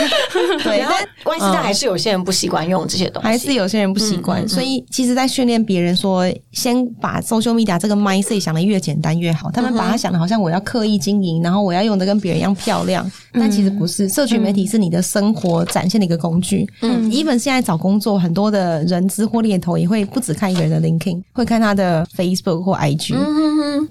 Speaker 4: 对，
Speaker 2: 然后 Y
Speaker 4: 但
Speaker 2: 世代还是有些人不习惯用这些东
Speaker 4: 还是
Speaker 2: 西，嗯
Speaker 4: 有些人不习惯，所以其实，在训练别人说，先把 social media 这个 mindset 想的越简单越好。他们把它想的好像我要刻意经营，然后我要用的跟别人一样漂亮，
Speaker 2: 嗯
Speaker 4: 但其实不是。社群媒体是你的生活展现的一个工具。嗯，even 现在找工作，很多的人资或猎头也会不只看一个人的 LinkedIn，会看他的 Facebook 或
Speaker 2: 嗯
Speaker 4: IG。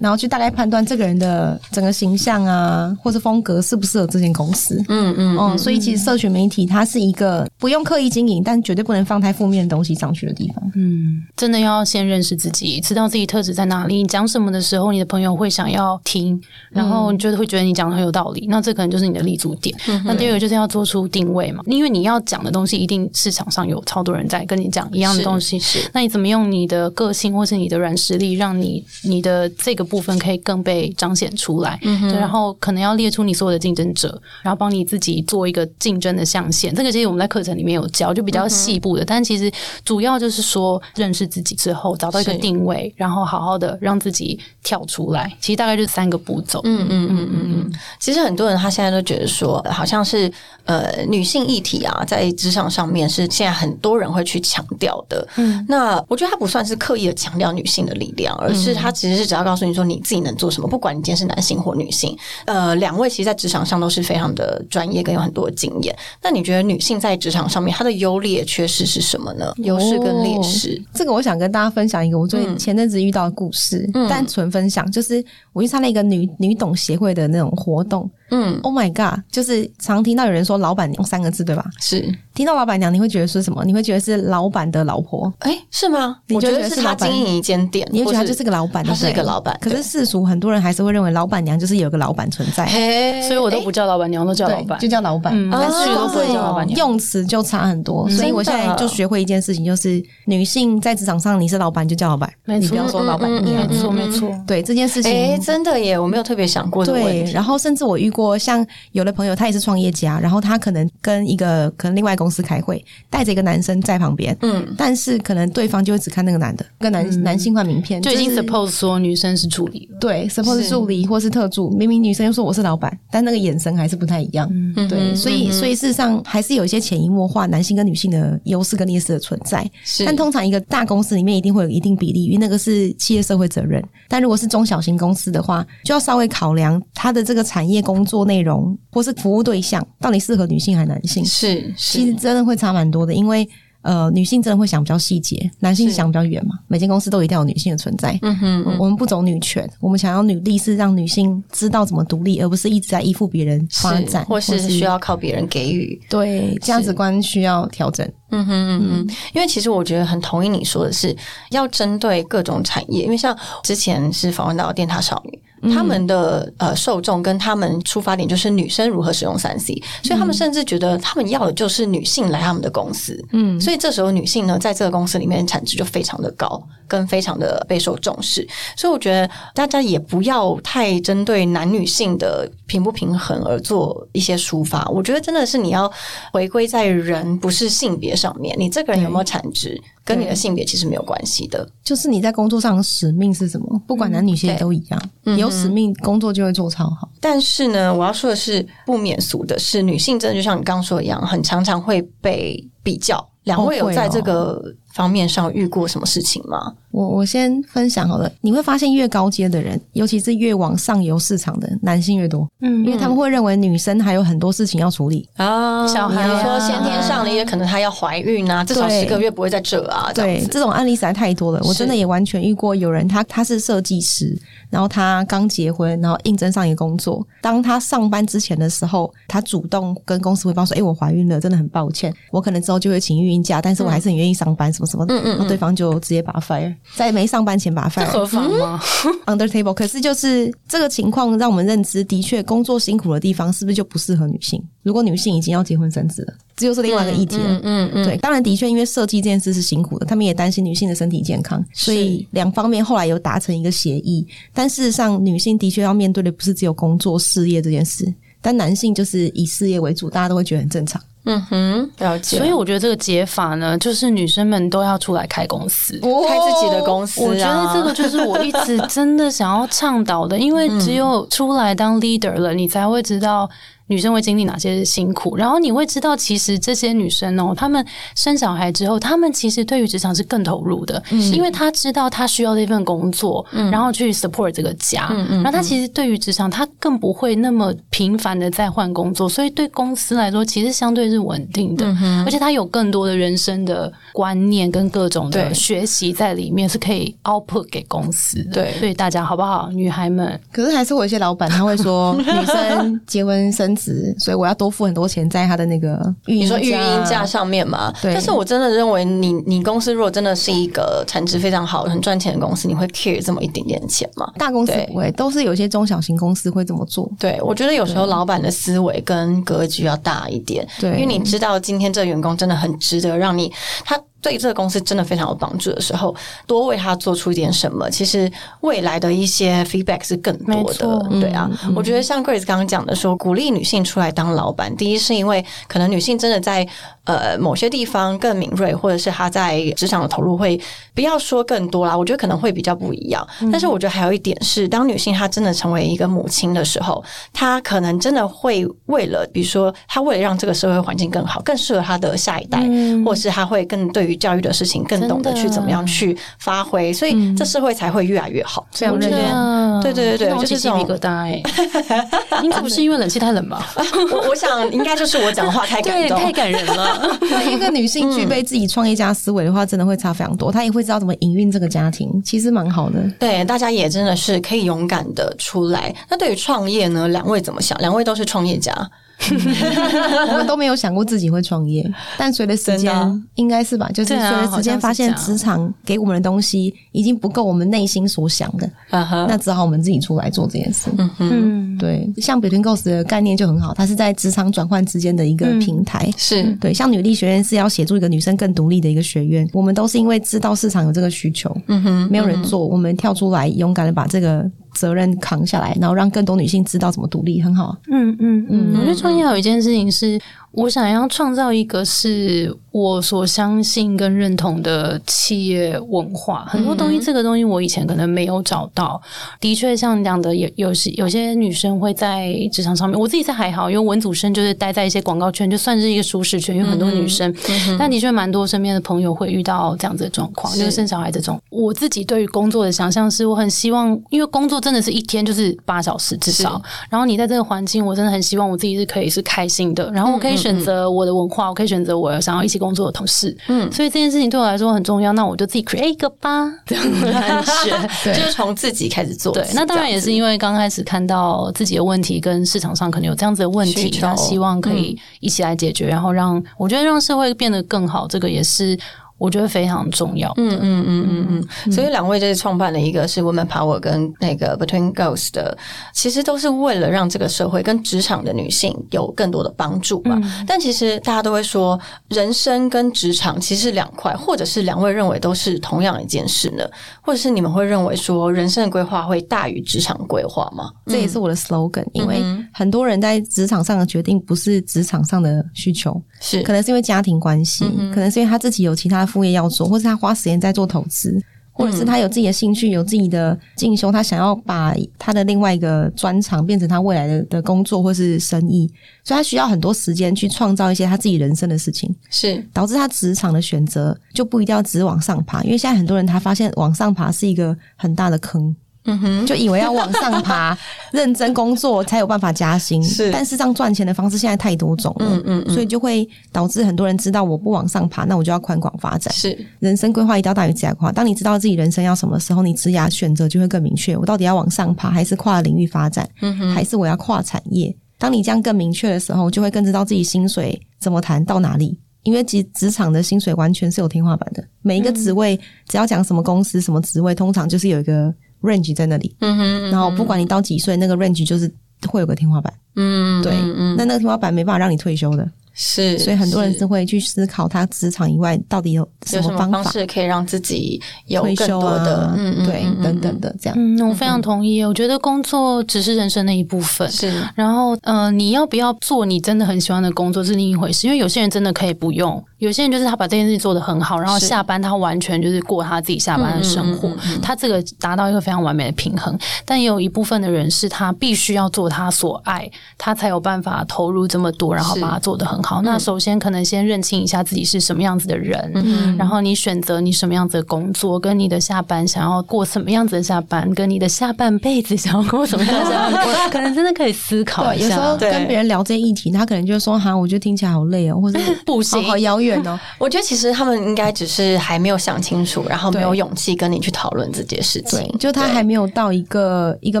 Speaker 4: 然后去大概判断这个人的整个形象啊，或是风格适不适合这间公司。
Speaker 2: 嗯嗯，
Speaker 4: 嗯，所以其实社群媒体它是一个不用刻意经营，但绝对不能放太负面的东西上去的地方。
Speaker 3: 嗯，真的要先认识自己，知道自己特质在哪里。你讲什么的时候，你的朋友会想要听，然后你就会觉得你讲的很有道理。那这可能就是你的立足点。那第二个就是要做出定位嘛，因为你要讲的东西，一定市场上有超多人在跟你讲一样的东西。
Speaker 2: 是
Speaker 3: 那你怎么用你的个性或是你的软实力，让你你的这个部分可以更被彰显出来？
Speaker 2: 嗯
Speaker 3: 对，然后可能要列出你所有的竞争者，然后帮你自己做一个竞争的象限。这个其实我们在课程里面有教，就比较细部
Speaker 2: 嗯
Speaker 3: 的，但其实主要就是说认识自己之后，找到一个
Speaker 2: 是
Speaker 3: 定位，然后好好的让自己跳出来。其实大概就是三个步骤。
Speaker 2: 嗯嗯嗯嗯嗯，其实很多人他现在都觉得说，呃好像是呃女性议题啊，在职场上面是现在很多人会去强调的。嗯，那我觉得他不算是刻意的强调女性的力量，而是他其实是只要告诉你说你自己能做什么，不管你今天是男性或女性。呃，两位其实，在职场上都是非常的专业跟有很多的经验。那你觉得女性在职场上面她的优劣缺失是什么呢？哦优势跟劣势。
Speaker 4: 这个我想跟大家分享一个我最
Speaker 2: 嗯
Speaker 4: 前阵子遇到的故事，嗯但纯分享，就是我去参加一个女女董协会的那种活动。
Speaker 2: 嗯，
Speaker 4: Oh my god！就是常听到有人说“老板娘”三个字，对吧？
Speaker 2: 是。
Speaker 4: 听到“老板娘”，你会觉得是什么？你会觉得是老板的老婆，
Speaker 2: 哎、是吗？
Speaker 4: 你
Speaker 2: 我
Speaker 4: 就
Speaker 2: 觉得
Speaker 4: 觉得
Speaker 2: 是
Speaker 4: 是
Speaker 2: 他
Speaker 4: 老板
Speaker 2: 经营一间店，
Speaker 4: 你会觉得她
Speaker 2: 或
Speaker 4: 就是个老板，
Speaker 2: 他
Speaker 4: 对不
Speaker 2: 是一
Speaker 4: 对
Speaker 2: 个老板。
Speaker 4: 可
Speaker 2: 对
Speaker 4: 是世俗很多人还是会认为老板娘就是有个老板存 在。
Speaker 2: 嘿，
Speaker 3: 所以我都不叫老板娘，我都叫
Speaker 4: 对，
Speaker 3: 老板
Speaker 4: 就。叫老板。
Speaker 3: 嗯
Speaker 4: 但
Speaker 2: 哦嗯
Speaker 4: 是
Speaker 2: 都不会
Speaker 4: 就
Speaker 2: 叫
Speaker 4: 是
Speaker 2: 老
Speaker 3: 板娘
Speaker 4: 用词就差很多，所以我现在就学会一件事情，就是女性在职场上你是老板就叫老板，
Speaker 3: 没
Speaker 4: 你
Speaker 3: 错
Speaker 4: 不要说老板
Speaker 2: 嗯嗯嗯
Speaker 4: 娘
Speaker 3: 没。错，没错。
Speaker 4: 对这件事情。
Speaker 2: 哎、真的耶，我没有特别想过这个问
Speaker 4: 对，
Speaker 2: 题。
Speaker 4: 然后甚至我遇过，像有的朋友他也是创业家，然后他可能跟一个可能另外公司开会，带着一个男生在旁边，
Speaker 2: 嗯，
Speaker 4: 但是可能对方就会只看那个男的，跟男、男性换名片，
Speaker 2: 嗯
Speaker 3: 就已经
Speaker 4: 是
Speaker 3: suppose 说女生是助理了。
Speaker 4: 对，suppose 助理或是特助，明明女生又说我是老板，但那个眼神还是不太一样。对，所以所以事实上还是有一些潜移默化男性跟女性的优势跟劣势的存在。
Speaker 2: 是
Speaker 4: 但通常一个大公司里面一定会有一定比例，因为那个是企业社会责任。但如果是中小型公司的话，就要稍微考量它的这个产业工作内容或是服务对象到底适合女性还是男性。
Speaker 2: 是
Speaker 4: 其实
Speaker 2: 是，
Speaker 4: 真的会差蛮多的，因为呃，女性真的会想比较细节，男性想比较远嘛。每间公司都一定要有女性的存在。嗯哼我们不走女权，我们想要女力是让女性知道怎么独立，而不是一直在依附别人发
Speaker 2: 是
Speaker 4: 展，
Speaker 2: 或是需要靠别人给予。
Speaker 4: 对价值观需要调整。
Speaker 2: 嗯哼嗯哼，因为其实我觉得很同意你说的是，要针对各种产业，因为像之前是访问到电塔少女。他们的呃受众跟他们出发点就是女生如何使用三 C，所以他们甚至觉得他们要的就是女性来他们的公司，嗯，所以这时候女性呢在这个公司里面产值就非常的高，跟非常的备受重视，所以我觉得大家也不要太针对男女性的平不平衡而做一些抒发。我觉得真的是你要回归在人，不是性别上面。你这个人有没有产值，跟你的性别其实没有关系的。
Speaker 4: 就是你在工作上的使命是什么？不管男女性都一样，
Speaker 2: 嗯
Speaker 4: 有使命工作就会做超好。
Speaker 2: 但是呢，我要说的是，不免俗的是，女性真的就像你刚刚说的一样，很常常会被比较。两位
Speaker 4: 哦
Speaker 2: 有
Speaker 4: 会哦
Speaker 2: 在这个方面上遇过什么事情吗？
Speaker 4: 我我先分享好了，你会发现越高阶的人，尤其是越往上游市场的男性越多，
Speaker 3: 嗯
Speaker 4: 因为他们会认为女生还有很多事情要处理，
Speaker 2: 啊
Speaker 3: 小孩啊
Speaker 2: 你说先天上的，也可能她要怀孕啊，至少
Speaker 4: 对
Speaker 2: 十个月不会在这啊，这样
Speaker 4: 对，
Speaker 2: 子。
Speaker 4: 这种案例实在太多了，我真的也完全遇过有人他他是设计师，然后他刚结婚，然后应征上一个工作，当他上班之前的时候，他主动跟公司汇报说：“哎、我怀孕了，真的很抱歉，我可能之后就会请育婴假，但是我还是很愿意上班，什么什么的。”然后对方就直接把他 fire，在没上班前把他
Speaker 3: 这
Speaker 4: fire。
Speaker 3: 合法
Speaker 2: 啊
Speaker 3: 吗？
Speaker 4: under table，可是就是这个情况让我们认知，的确工作辛苦的地方是不是就不适合女性？如果女性已经要结婚生子了，这又是另外一个议题了。嗯嗯对，当然的确，因为设计这件事是辛苦的，他们也担心女性的身体健康，所以两方面后来有达成一个协议。但事实上，女性的确要面对的不是只有工作、事业这件事，但男性就是以事业为主，大家都会觉得很正常。
Speaker 2: 嗯哼，了解。
Speaker 3: 所以我觉得这个解法呢，就是女生们都要出来开公司。
Speaker 2: 哦开自己的公司、啊，
Speaker 3: 我觉得这个就是我一直真的想要倡导的，因为
Speaker 2: 嗯
Speaker 3: 只有出来当 leader 了，你才会知道女生会经历哪些辛苦，然后你会知道，其实这些女生哦，她们生小孩之后，她们其实对于职场是更投入
Speaker 2: 嗯
Speaker 3: 的，因为她知道她需要这份工作，然后去 support 这个家，
Speaker 2: 嗯
Speaker 3: 然后她其实对于职场，她更不会那么频繁的在换工作，所以对公司来说，其实相对是稳定
Speaker 2: 嗯
Speaker 3: 的，而且她有更多的人生的观念跟各种
Speaker 2: 对
Speaker 3: 的学习在里面，是可以 output 给公司的。
Speaker 2: 对
Speaker 3: 所以大家好不好，女孩们？
Speaker 4: 可是还是会有一些老板他会说，女生结婚生子，所以我要多付很多钱在他的那个育
Speaker 2: 你
Speaker 4: 婴
Speaker 2: 说育婴假
Speaker 4: 假。
Speaker 2: 上面嘛，
Speaker 4: 对
Speaker 2: 但是我真的认为你，你公司如果真的是一个产值非常好、很赚钱的公司，你会 care 这么一点点钱吗？
Speaker 4: 大公司
Speaker 2: 对
Speaker 4: 不会，都是有些中小型公司会这么 做。
Speaker 2: 对，我觉得有时候老板的思维跟格局要大一点，
Speaker 4: 对
Speaker 2: 因为你知道今天这个员工真的很值得让你他。对这个公司真的非常有帮助的时候，多为他做出一点什么，其实未来的一些 feedback 是更
Speaker 3: 没
Speaker 2: 多
Speaker 3: 错
Speaker 2: 的。对啊，
Speaker 3: 嗯
Speaker 2: 我觉得像 Grace 刚刚讲的说，鼓励女性出来当老板，第一是因为可能女性真的在呃某些地方更敏锐，或者是她在职场的投入会不要说更多啦，我觉得可能会比较不一样。
Speaker 3: 嗯
Speaker 2: 但是我觉得还有一点是，当女性她真的成为一个母亲的时候，她可能真的会为了，比如说她为了让这个社会环境更好，更适合她的下一代，或是她会更对于教育的事情更懂得去
Speaker 3: 嗯真的嗯
Speaker 2: 怎么样去发挥，所以这社会才会越来越好。
Speaker 4: 非常认同
Speaker 3: 啊
Speaker 2: 对对对对
Speaker 3: 让我
Speaker 2: 就是
Speaker 3: 起鸡
Speaker 2: 这种
Speaker 3: 皮疙瘩哎、 应该不是因为冷气太冷吧？
Speaker 2: 我我想应该就是我讲话太感
Speaker 3: 对，
Speaker 2: 动，
Speaker 3: 太感人了。
Speaker 4: 对一个女性具备自己创业家思维的话，真的会差非常多。她也会知道怎么营运这个家庭，其实蛮好的。
Speaker 2: 对，大家也真的是可以勇敢的出来。那对于创业呢，两位怎么想？两位都是创业家，
Speaker 4: 我们都没有想过自己会创业，但随着时
Speaker 2: 真的
Speaker 4: 间
Speaker 2: 啊，
Speaker 4: 应该是吧？就是随
Speaker 3: 对啊
Speaker 4: 着时间，发现
Speaker 3: 好像是
Speaker 4: 职场给我们的东西已经不够我们内心所想的，
Speaker 2: 啊哈，
Speaker 4: 那只好我们自己出来做这件事。
Speaker 3: 嗯，
Speaker 4: 对，像 Between Goals 的概念就很好，它是在职场转换之间的一个平台。
Speaker 2: 是
Speaker 4: 对，像女力学院是要协助一个女生更独立的一个学院，我们都是因为知道市场有这个需求，嗯哼，没有人做，我们跳出来，勇敢的把这个责任扛下来，然后让更多女性知道怎么独立，很好。啊
Speaker 3: 嗯嗯嗯，我觉得创业还有一件事情是，我想要创造一个是我所相信跟认同的企业文化。很多东西，这个东西我以前可能没有找到。的确，像你讲的，有有些有些女生会在职场上面，我自己是还好，因为文组生就是待在一些广告圈，就算是一个舒适圈，有很多女生。但的确，蛮多身边的朋友会遇到这样子的状况，嗯就是生小孩这种。我自己对于工作的想象是，我很希望，因为工作真的是一天就是八小时至少，然后你在这个环境，我真的很希望我自己是可以是开心的，然后我可以选择我的文化，我可以选择我想要一起工作的同事，嗯，所以这件事情对我来说很重要，那我就自己 create 一个吧，这样的感 觉。
Speaker 2: 就是从自己开始做起。
Speaker 3: 对，那当然也
Speaker 2: 这
Speaker 3: 是
Speaker 2: 样子
Speaker 3: 因为刚开始看到自己的问题跟市场上可能有这样子的问
Speaker 2: 需
Speaker 3: 题，
Speaker 2: 求
Speaker 3: 那希望可以一起来解决，然后让我觉得让社会变得更好，这个也是我觉得非常重要。嗯，
Speaker 2: 嗯嗯嗯嗯，所以两位就是创办了一个是 Women Power 跟那个 Between Girls 的，其实都是为了让这个社会跟职场的女性有更多的帮助嘛。
Speaker 4: 嗯
Speaker 2: 但其实大家都会说，人生跟职场其实是两块，或者是两位认为都是同样一件事呢？或者是你们会认为说，人生的规划会大于职场规划吗？
Speaker 4: 这也是我的 slogan，、因为很多人在职场上的决定不是职场上的需求，
Speaker 2: 是
Speaker 4: 可能是因为家庭关系，可能是因为他自己有其他的副业要做，或是他花时间在做投资，或者是他有自己的兴趣，有自己的进修，他想要把他的另外一个专长变成他未来的的工作或是生意，所以他需要很多时间去创造一些他自己人生的事情，
Speaker 2: 是，
Speaker 4: 导致他职场的选择就不一定要只往上爬，因为现在很多人他发现往上爬是一个很大的坑。
Speaker 2: 嗯哼，
Speaker 4: 就以为要往上 爬，认真工作才有办法加薪。
Speaker 2: 是
Speaker 4: 但事实上赚钱的方式现在太多种了，
Speaker 2: 嗯嗯嗯
Speaker 4: 所以就会导致很多人知道我不往上爬，那我就要宽广发展。
Speaker 2: 是
Speaker 4: 人生规划一定要大于职业规划。当你知道自己人生要什么时候，你职涯选择就会更明确。我到底要往上爬，还是跨领域发展，
Speaker 2: 嗯
Speaker 4: 还是我要跨产业？当你这样更明确的时候，就会更知道自己薪水怎么谈到哪里。因为职职场的薪水完全是有天花板的，每一个职位、只要讲什么公司、什么职位，通常就是有一个 range 在那里。
Speaker 2: 嗯哼，
Speaker 4: 然后不管你到几岁，那个 range 就是会有个天花板。
Speaker 2: 嗯，
Speaker 4: 对，那那个天花板没办法让你退休的。
Speaker 2: 是，
Speaker 4: 所以很多人
Speaker 2: 是
Speaker 4: 是会去思考他职场以外到底有什
Speaker 2: 有什
Speaker 4: 么
Speaker 2: 么
Speaker 4: 方
Speaker 2: 方
Speaker 4: 法
Speaker 2: 式可以让自己有
Speaker 4: 退
Speaker 2: 更
Speaker 4: 休
Speaker 2: 多
Speaker 4: 啊，
Speaker 2: 的、嗯
Speaker 4: 对等等的这样。
Speaker 3: 嗯，我非常同意。我觉得工作只是人生的一部分。
Speaker 2: 是
Speaker 3: 然后，呃，你要不要做你真的很喜欢的工作是另一回事，因为有些人真的可以不用，有些人就是他把这件事情做得很好，然后
Speaker 2: 是
Speaker 3: 下班他完全就是过他自己下班的生活，
Speaker 2: 嗯嗯
Speaker 3: 他这个达到一个非常完美的平衡。但也有一部分的人是他必须要做他所爱，他才有办法投入这么多，然后
Speaker 2: 是
Speaker 3: 把它做得很好。那首先可能先认清一下自己是什么样子的
Speaker 2: 嗯
Speaker 3: 人，然后你选择你什么样子的工作，跟你的下班想要过什么样子的下班，跟你的下半辈子想要过什么样的下半，我可能真的可以思考
Speaker 4: 对，
Speaker 3: 一
Speaker 4: 有时候
Speaker 3: 下。
Speaker 2: 嗯对
Speaker 4: 跟别人聊这些议题，他可能就说：“哈，我觉得听起来好累哦， 或者
Speaker 3: 不行
Speaker 4: 好好遥远哦。
Speaker 2: 我觉得其实他们应该只是还没有想清楚，然后没有
Speaker 4: 对
Speaker 2: 勇气跟你去讨论这件事”情
Speaker 4: 对，。就他还没有到一个一个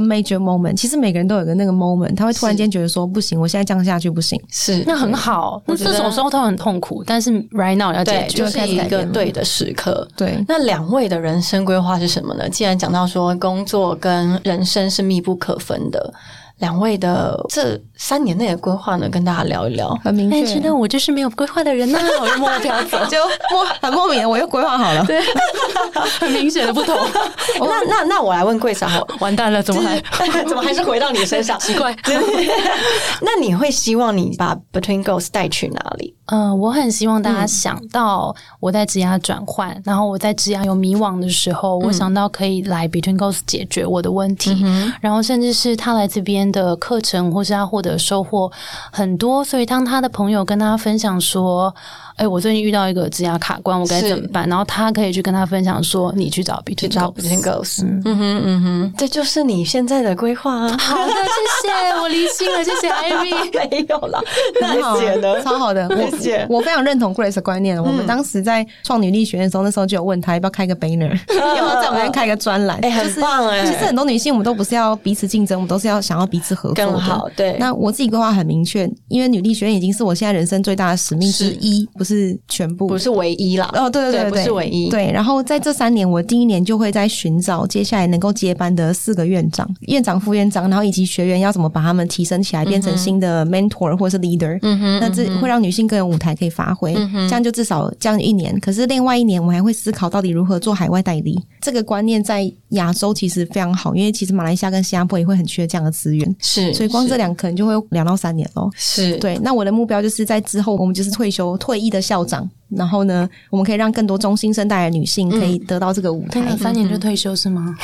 Speaker 4: major moment。其实每个人都有个那个 moment，他会突然间觉得说：“不行，我现在这样下去不行。
Speaker 2: 是
Speaker 3: 那很好，那
Speaker 2: 我觉得
Speaker 3: 这种时候都很痛苦，但是 right now 要解
Speaker 2: 对，
Speaker 3: 决
Speaker 2: 就。
Speaker 4: 就是开始
Speaker 2: 一
Speaker 4: 改
Speaker 2: 个
Speaker 4: 变了
Speaker 2: 对的嗯时刻”。
Speaker 4: 对，
Speaker 2: 那两位的人生规划是什么呢？既然讲到说工作跟人生是密不可分的，两位的这三年内的规划呢，跟大家聊 一聊。
Speaker 4: 很明
Speaker 3: 哎，
Speaker 4: 确
Speaker 3: 知。道我就是没有规划的人呐、我就默飘 走，
Speaker 4: 就莫很莫名的，我又规划好了。
Speaker 3: 很明显的不同，
Speaker 2: 哎那那那 我来问贵嫂好了，
Speaker 3: 完蛋了，怎么还
Speaker 2: 就是、怎么还是回到你身上？
Speaker 3: 奇怪？
Speaker 2: 那你会希望你把 Between Goals 带去哪里？
Speaker 3: 呃，我很希望大家想到我在职涯转换，然后我在职涯有迷惘的时候，我想到可以来 Between Goals 解决我的问题，然后甚至是他来这边的课程，或是他获得收获很多，所以当他的朋友跟他分享说。哎、我最近遇到一个职涯卡关，我该
Speaker 2: 是
Speaker 3: 怎么办？然后他可以去跟他分享说，你 去找 B
Speaker 2: 去
Speaker 3: T
Speaker 2: 找 Between Goals。嗯哼嗯哼，这就是你现在的规划啊。
Speaker 3: 好的，谢谢，我离心了，谢谢 Ivy。
Speaker 2: 没有啦，
Speaker 4: 很
Speaker 2: 那
Speaker 4: 好啊
Speaker 2: 姐呢？
Speaker 4: 超好的，
Speaker 2: 那姐
Speaker 4: 我我非常认同 Grace 的观
Speaker 2: 嗯
Speaker 4: 念。我们当时在创女力学院的时候，那时候就有问她要不要开 个 banner，要不要在我们那边开个专栏。
Speaker 2: 哎，很棒哎，
Speaker 4: 其实很多女性，我们都不是要彼此竞争，我们都是要想要彼此合作的
Speaker 2: 更好对
Speaker 4: 那我自己规划很明确，因为女力学院已经是我现在人生最大的使命之一，不是全部，
Speaker 2: 不是唯一啦。
Speaker 4: 哦，对对
Speaker 2: 对
Speaker 4: 对，
Speaker 2: 不是唯一
Speaker 4: 对，然后在这三年，我第一年就会在寻找接下来能够接班的四个院长、院长、副院长，然后以及学员要怎么把他们提升起来，变成新的 mentor 或是 leader。嗯哼，嗯那这会让女性更有舞台可以发挥。这样就至少这样一年。可是另外一年，我们还会思考到底如何做海外代理。这个观念在亚洲其实非常好，因为其实马来西亚跟新加坡也会很缺这样的资源，
Speaker 2: 是，
Speaker 4: 所以光这两可能就会两到三年咯。
Speaker 2: 是
Speaker 4: 对，那我的目标就是在之后，我们就是退休退役的校长，然后呢，我们可以让更多中新生代的女性可以
Speaker 2: 嗯
Speaker 4: 得到这个舞台。
Speaker 3: 天哪，三年就退休是吗？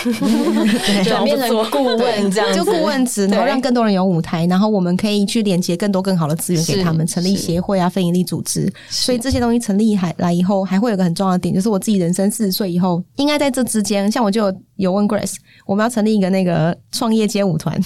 Speaker 2: 转变成顾问这样子，
Speaker 4: 就顾问职，
Speaker 2: 对
Speaker 4: 然后让更多人有舞台，然后我们可以去连接更多更好的资源给他们，
Speaker 2: 是
Speaker 4: 成立
Speaker 2: 是
Speaker 4: 协会啊、非营利组织。所以这些东西成立还来以后，还会有一个很重要的点，就是我自己人生四十岁以后，应该在这之间，像我就有有问 Grace，我们要成立一个那个创业街舞团，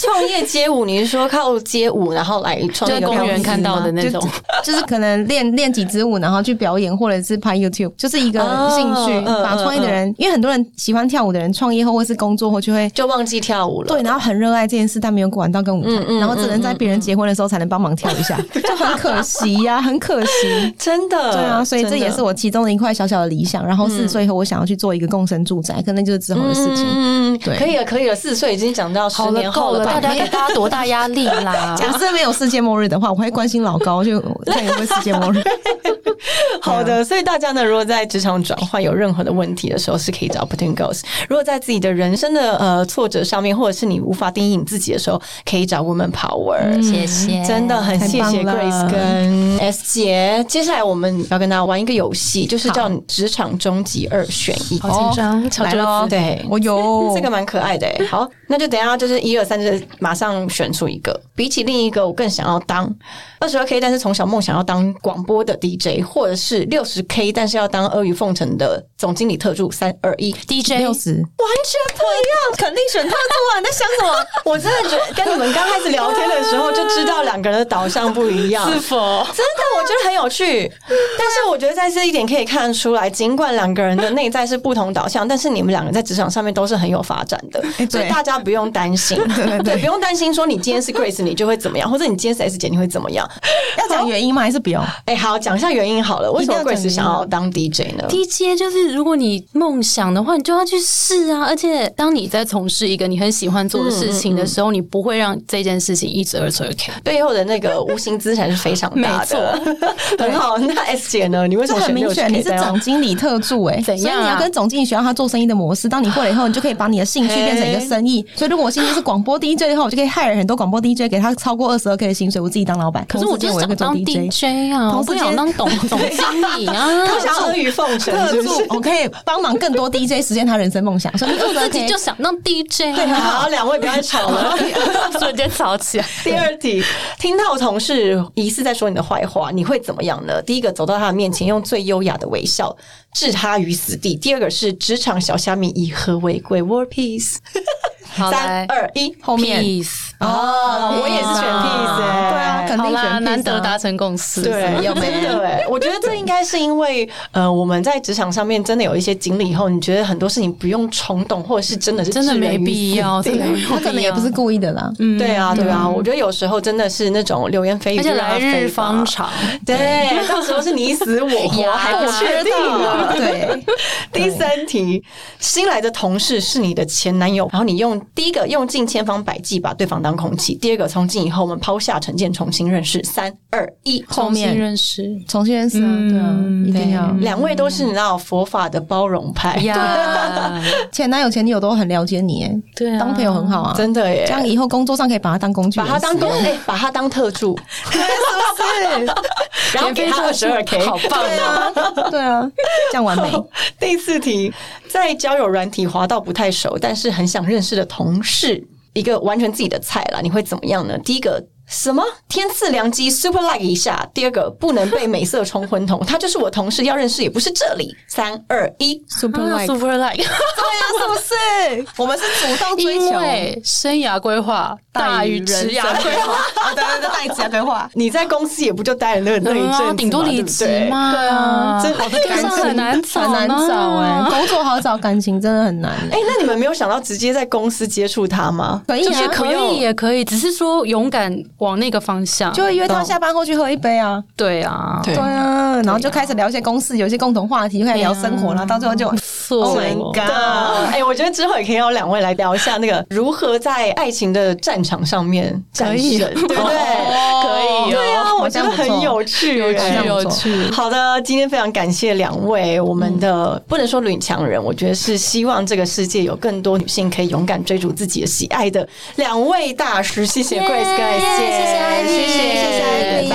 Speaker 2: 创业街舞，你是说靠街舞然后来创
Speaker 3: 就
Speaker 2: 业一
Speaker 3: 在
Speaker 2: 个
Speaker 3: 公
Speaker 2: 公
Speaker 3: 园
Speaker 2: 司
Speaker 3: 看到的那种。
Speaker 4: 就是可能练练几支舞，然后去表演，或者是拍 YouTube，就是一个
Speaker 2: 哦
Speaker 4: 兴趣。
Speaker 2: 嗯
Speaker 4: 把创业的人，因为很多人喜欢跳舞的人，创业后或是工作后就会。
Speaker 2: 就忘记跳舞了？
Speaker 4: 对，然后很热爱这件事，但没有玩到跟舞台，
Speaker 2: 嗯嗯
Speaker 4: 然后只能在别人结婚的时候才能帮忙跳 一下，就很可惜呀、很可惜。
Speaker 2: 真的，
Speaker 4: 对啊，所以这
Speaker 2: 呃真的嗯
Speaker 4: 也是我其中的一块小小的理想。然后四十岁以后，我想要去做一个共生住宅，可能就是之后的事情。
Speaker 2: 嗯，
Speaker 4: 对
Speaker 2: 可以了，可以了，四岁已经讲到十
Speaker 3: 好
Speaker 2: 年
Speaker 3: 了，
Speaker 2: 后
Speaker 3: 够了，
Speaker 2: 吧
Speaker 3: 大家给大家多大压力 啦？
Speaker 4: 假设没有世界末日的话，我会关心老高，就看有没有世界 末日。
Speaker 2: 好的，所以大家呢，如果在职场转换有任何的问题的时候，是可以找 Between Goals；如果在自己的人生的呃挫折上面，或者是你无法定义你自己的时候，可以找 Woman Power。
Speaker 3: 谢谢
Speaker 2: 真的很
Speaker 4: 太
Speaker 2: 谢谢
Speaker 4: 棒了
Speaker 2: Grace 跟 S 姐。接下来我们要跟大家玩一个游戏，就是叫职场终极二选一。
Speaker 3: 好紧
Speaker 2: 哦
Speaker 3: 张，哦敲
Speaker 4: 来
Speaker 3: 桌
Speaker 4: 咯
Speaker 3: 子。
Speaker 2: 对，
Speaker 4: 我有
Speaker 2: 这个蛮可爱的、欸。好，那就等一下就是一二三，就是马上选出一个。比起另一个，我更想要当二十二 K，但是从小梦想要当广播的 DJ，或者是六十 K，但是要当阿谀奉承的总经理特助。三二一，
Speaker 4: 六
Speaker 3: DJ
Speaker 4: 十，
Speaker 2: 完全不一样，肯定选特助啊！你在想什么？ 我真的觉得跟你们刚开始聊天的时候就知道两个人的导向不一 样，
Speaker 3: 否？
Speaker 2: 真的，我觉得很有趣。但是我觉得在这一点可以看出来，尽管两个人的内在是不同导向，但是你们两个在职场上面都是很有发展的，
Speaker 4: 哎对
Speaker 2: 所以大家不用担 心，
Speaker 4: 对对对
Speaker 2: 不用担心说你今天是 Grace 你就会怎么样，或者你今天是 S 姐你会怎么样。
Speaker 4: 要讲原因吗？还是不用？
Speaker 2: 哎、好，讲一下原因音好了，为什么
Speaker 4: 一定要讲
Speaker 2: Grace 想
Speaker 4: 原
Speaker 2: 要
Speaker 4: 因
Speaker 2: 当 DJ 呢？
Speaker 3: DJ 就是，如果你梦想的话，你就要去试啊！而且，当你在从事一个你很喜欢做的事情的时候，你不会让这件事情一直而垂可。
Speaker 2: 背后的那个无形资产是非常大的， 很好。那 S 姐呢？你为什
Speaker 4: 这
Speaker 2: 么
Speaker 4: 很
Speaker 2: 选
Speaker 4: 明
Speaker 2: 六十
Speaker 4: 显，你
Speaker 2: K 哦
Speaker 4: 是总经理特助哎、
Speaker 3: 怎样啊
Speaker 4: 所以你要跟总经理学到他做生意的模式。当你会了以后，你就可以把你的兴趣变成一个生意。所以如果我兴趣是广播 DJ 的话，我就可以害了很多广播 DJ，给他超过二十二 K 的薪水，我自己当老板。
Speaker 3: 可是我就
Speaker 4: 同时间我也
Speaker 3: 想
Speaker 4: 会做
Speaker 3: 当
Speaker 4: DJ。
Speaker 3: DJ 啊，
Speaker 4: 同
Speaker 3: 我
Speaker 4: 时
Speaker 3: 不
Speaker 4: 间
Speaker 3: 想当 董总经理啊，
Speaker 2: 不想要阿谀奉承，是
Speaker 4: 特
Speaker 2: 不
Speaker 4: 助
Speaker 2: 是？，
Speaker 4: 我可以帮忙更多 DJ 实现他人生梦想。所以
Speaker 3: 我
Speaker 4: 二
Speaker 3: 自己就想当 DJ，啊
Speaker 2: 好，两位不要再吵了。
Speaker 3: 瞬间吵起来。
Speaker 2: 第二题，听到同事疑似在说你的坏话，你会怎么样呢？第一个，走到他的面前，用最优雅的微笑置他于死地；第二个是职场小虾米，以和为贵，War Peace。
Speaker 3: 好
Speaker 2: 三
Speaker 3: 来
Speaker 2: 二一，
Speaker 4: 后面
Speaker 3: Peace，
Speaker 2: 哦，我也是选 Peace，欸
Speaker 4: 对啊，肯定
Speaker 3: 好
Speaker 4: 选 peace
Speaker 3: 啦，
Speaker 4: 啊
Speaker 3: 难得达成共识，
Speaker 2: 对，
Speaker 4: 有没有
Speaker 2: 真的 欸我觉得这应该是因为，呃，我们在职场上面真的有一些经历以后，你觉得很多事情不用冲动，或者是真的是
Speaker 3: 真的
Speaker 2: 置人
Speaker 3: 没
Speaker 2: 于
Speaker 3: 必要，
Speaker 2: 死
Speaker 3: 真
Speaker 2: 地
Speaker 3: 的没有必要
Speaker 4: 他可能也不是故意的啦。嗯，
Speaker 2: 对啊，对啊，我觉得有时候真的是那种流言蜚啊语，
Speaker 3: 而且来日方。长，
Speaker 2: 对，到时候是你死我 活，
Speaker 3: 呀
Speaker 2: 还不确定呢。
Speaker 4: 对，
Speaker 2: 第三题，新来的同事是你的前男友，然后你用第一个用尽千方百计把对方当空气，第二个从今以后我们抛下成见，重新认识。三二一，
Speaker 4: 后面
Speaker 3: 重新认识。
Speaker 4: 重新认识啊，
Speaker 3: 嗯
Speaker 4: 对啊，一定要。
Speaker 2: 两位都是你知道佛法的包容派，
Speaker 3: 呀，
Speaker 4: 前男友、前女友都很了解你，哎
Speaker 3: 对啊
Speaker 4: 当朋友很好啊，
Speaker 2: 真的耶
Speaker 4: 这样以后工作上可以把他当工具
Speaker 2: 把
Speaker 4: 人使
Speaker 2: 他
Speaker 4: 用，
Speaker 2: 当工，哎，把他当特 助，
Speaker 4: 是
Speaker 2: 然后给他二十二 k，
Speaker 3: 好棒哦！
Speaker 4: 不是？对啊，这样完美。
Speaker 2: 第四题，在交友软体滑到不太熟，但是很想认识的同事，一个完全自己的菜啦，你会怎么样呢？第一个。什么天赐良机，super like 一下。第二个不能被美色冲昏头，他就是我同事，要认识也不是这里。三二一，
Speaker 4: Super
Speaker 3: 啊
Speaker 4: like，
Speaker 3: super like，
Speaker 4: 对啊，是不是？我们是主动追
Speaker 3: 因
Speaker 4: 求，
Speaker 3: 为生涯规划大于职涯规划。
Speaker 4: 划，哦对对对，代职涯规划。
Speaker 2: 你在公司也不就待了那那一阵子
Speaker 3: 啊
Speaker 2: 嘛，
Speaker 3: 顶多离职
Speaker 2: 对不对
Speaker 3: 嘛
Speaker 2: 对啊，真 好的
Speaker 3: 对象很难找
Speaker 4: 很
Speaker 3: 嘛
Speaker 4: 难找哎，工作好找，感情真的很难。
Speaker 2: 哎，那你们没有想到直接在公司接触他吗？
Speaker 4: 可以
Speaker 3: 就
Speaker 4: 啊
Speaker 3: 是，可以也可以，只是说勇敢往那个方向。
Speaker 4: 就会约他下班后去喝一杯啊，
Speaker 3: 对啊，
Speaker 2: 对
Speaker 4: 对啊，然后就开始聊一些公事，有一些共同话题，就开始聊生
Speaker 3: 啊
Speaker 4: 活，然后到最后就
Speaker 3: 错
Speaker 4: Oh my God
Speaker 2: 啊，哎、我觉得之后也可以邀两位来聊一下那个如何在爱情的战场上面战胜，对不对？
Speaker 3: 可以哦
Speaker 2: 对啊，我觉得很有趣，有
Speaker 4: 这样
Speaker 3: 去
Speaker 4: 不
Speaker 3: 有
Speaker 4: 错
Speaker 3: 趣。
Speaker 2: 好的，今天非常感谢两位，我们的、不能说女强人，我觉得是希望这个世界有更多女性可以勇敢追逐自己的喜爱的两位大师，谢谢 Grace 跟 S 姐，
Speaker 3: 谢谢艾米
Speaker 2: 谢谢，
Speaker 3: 谢谢艾米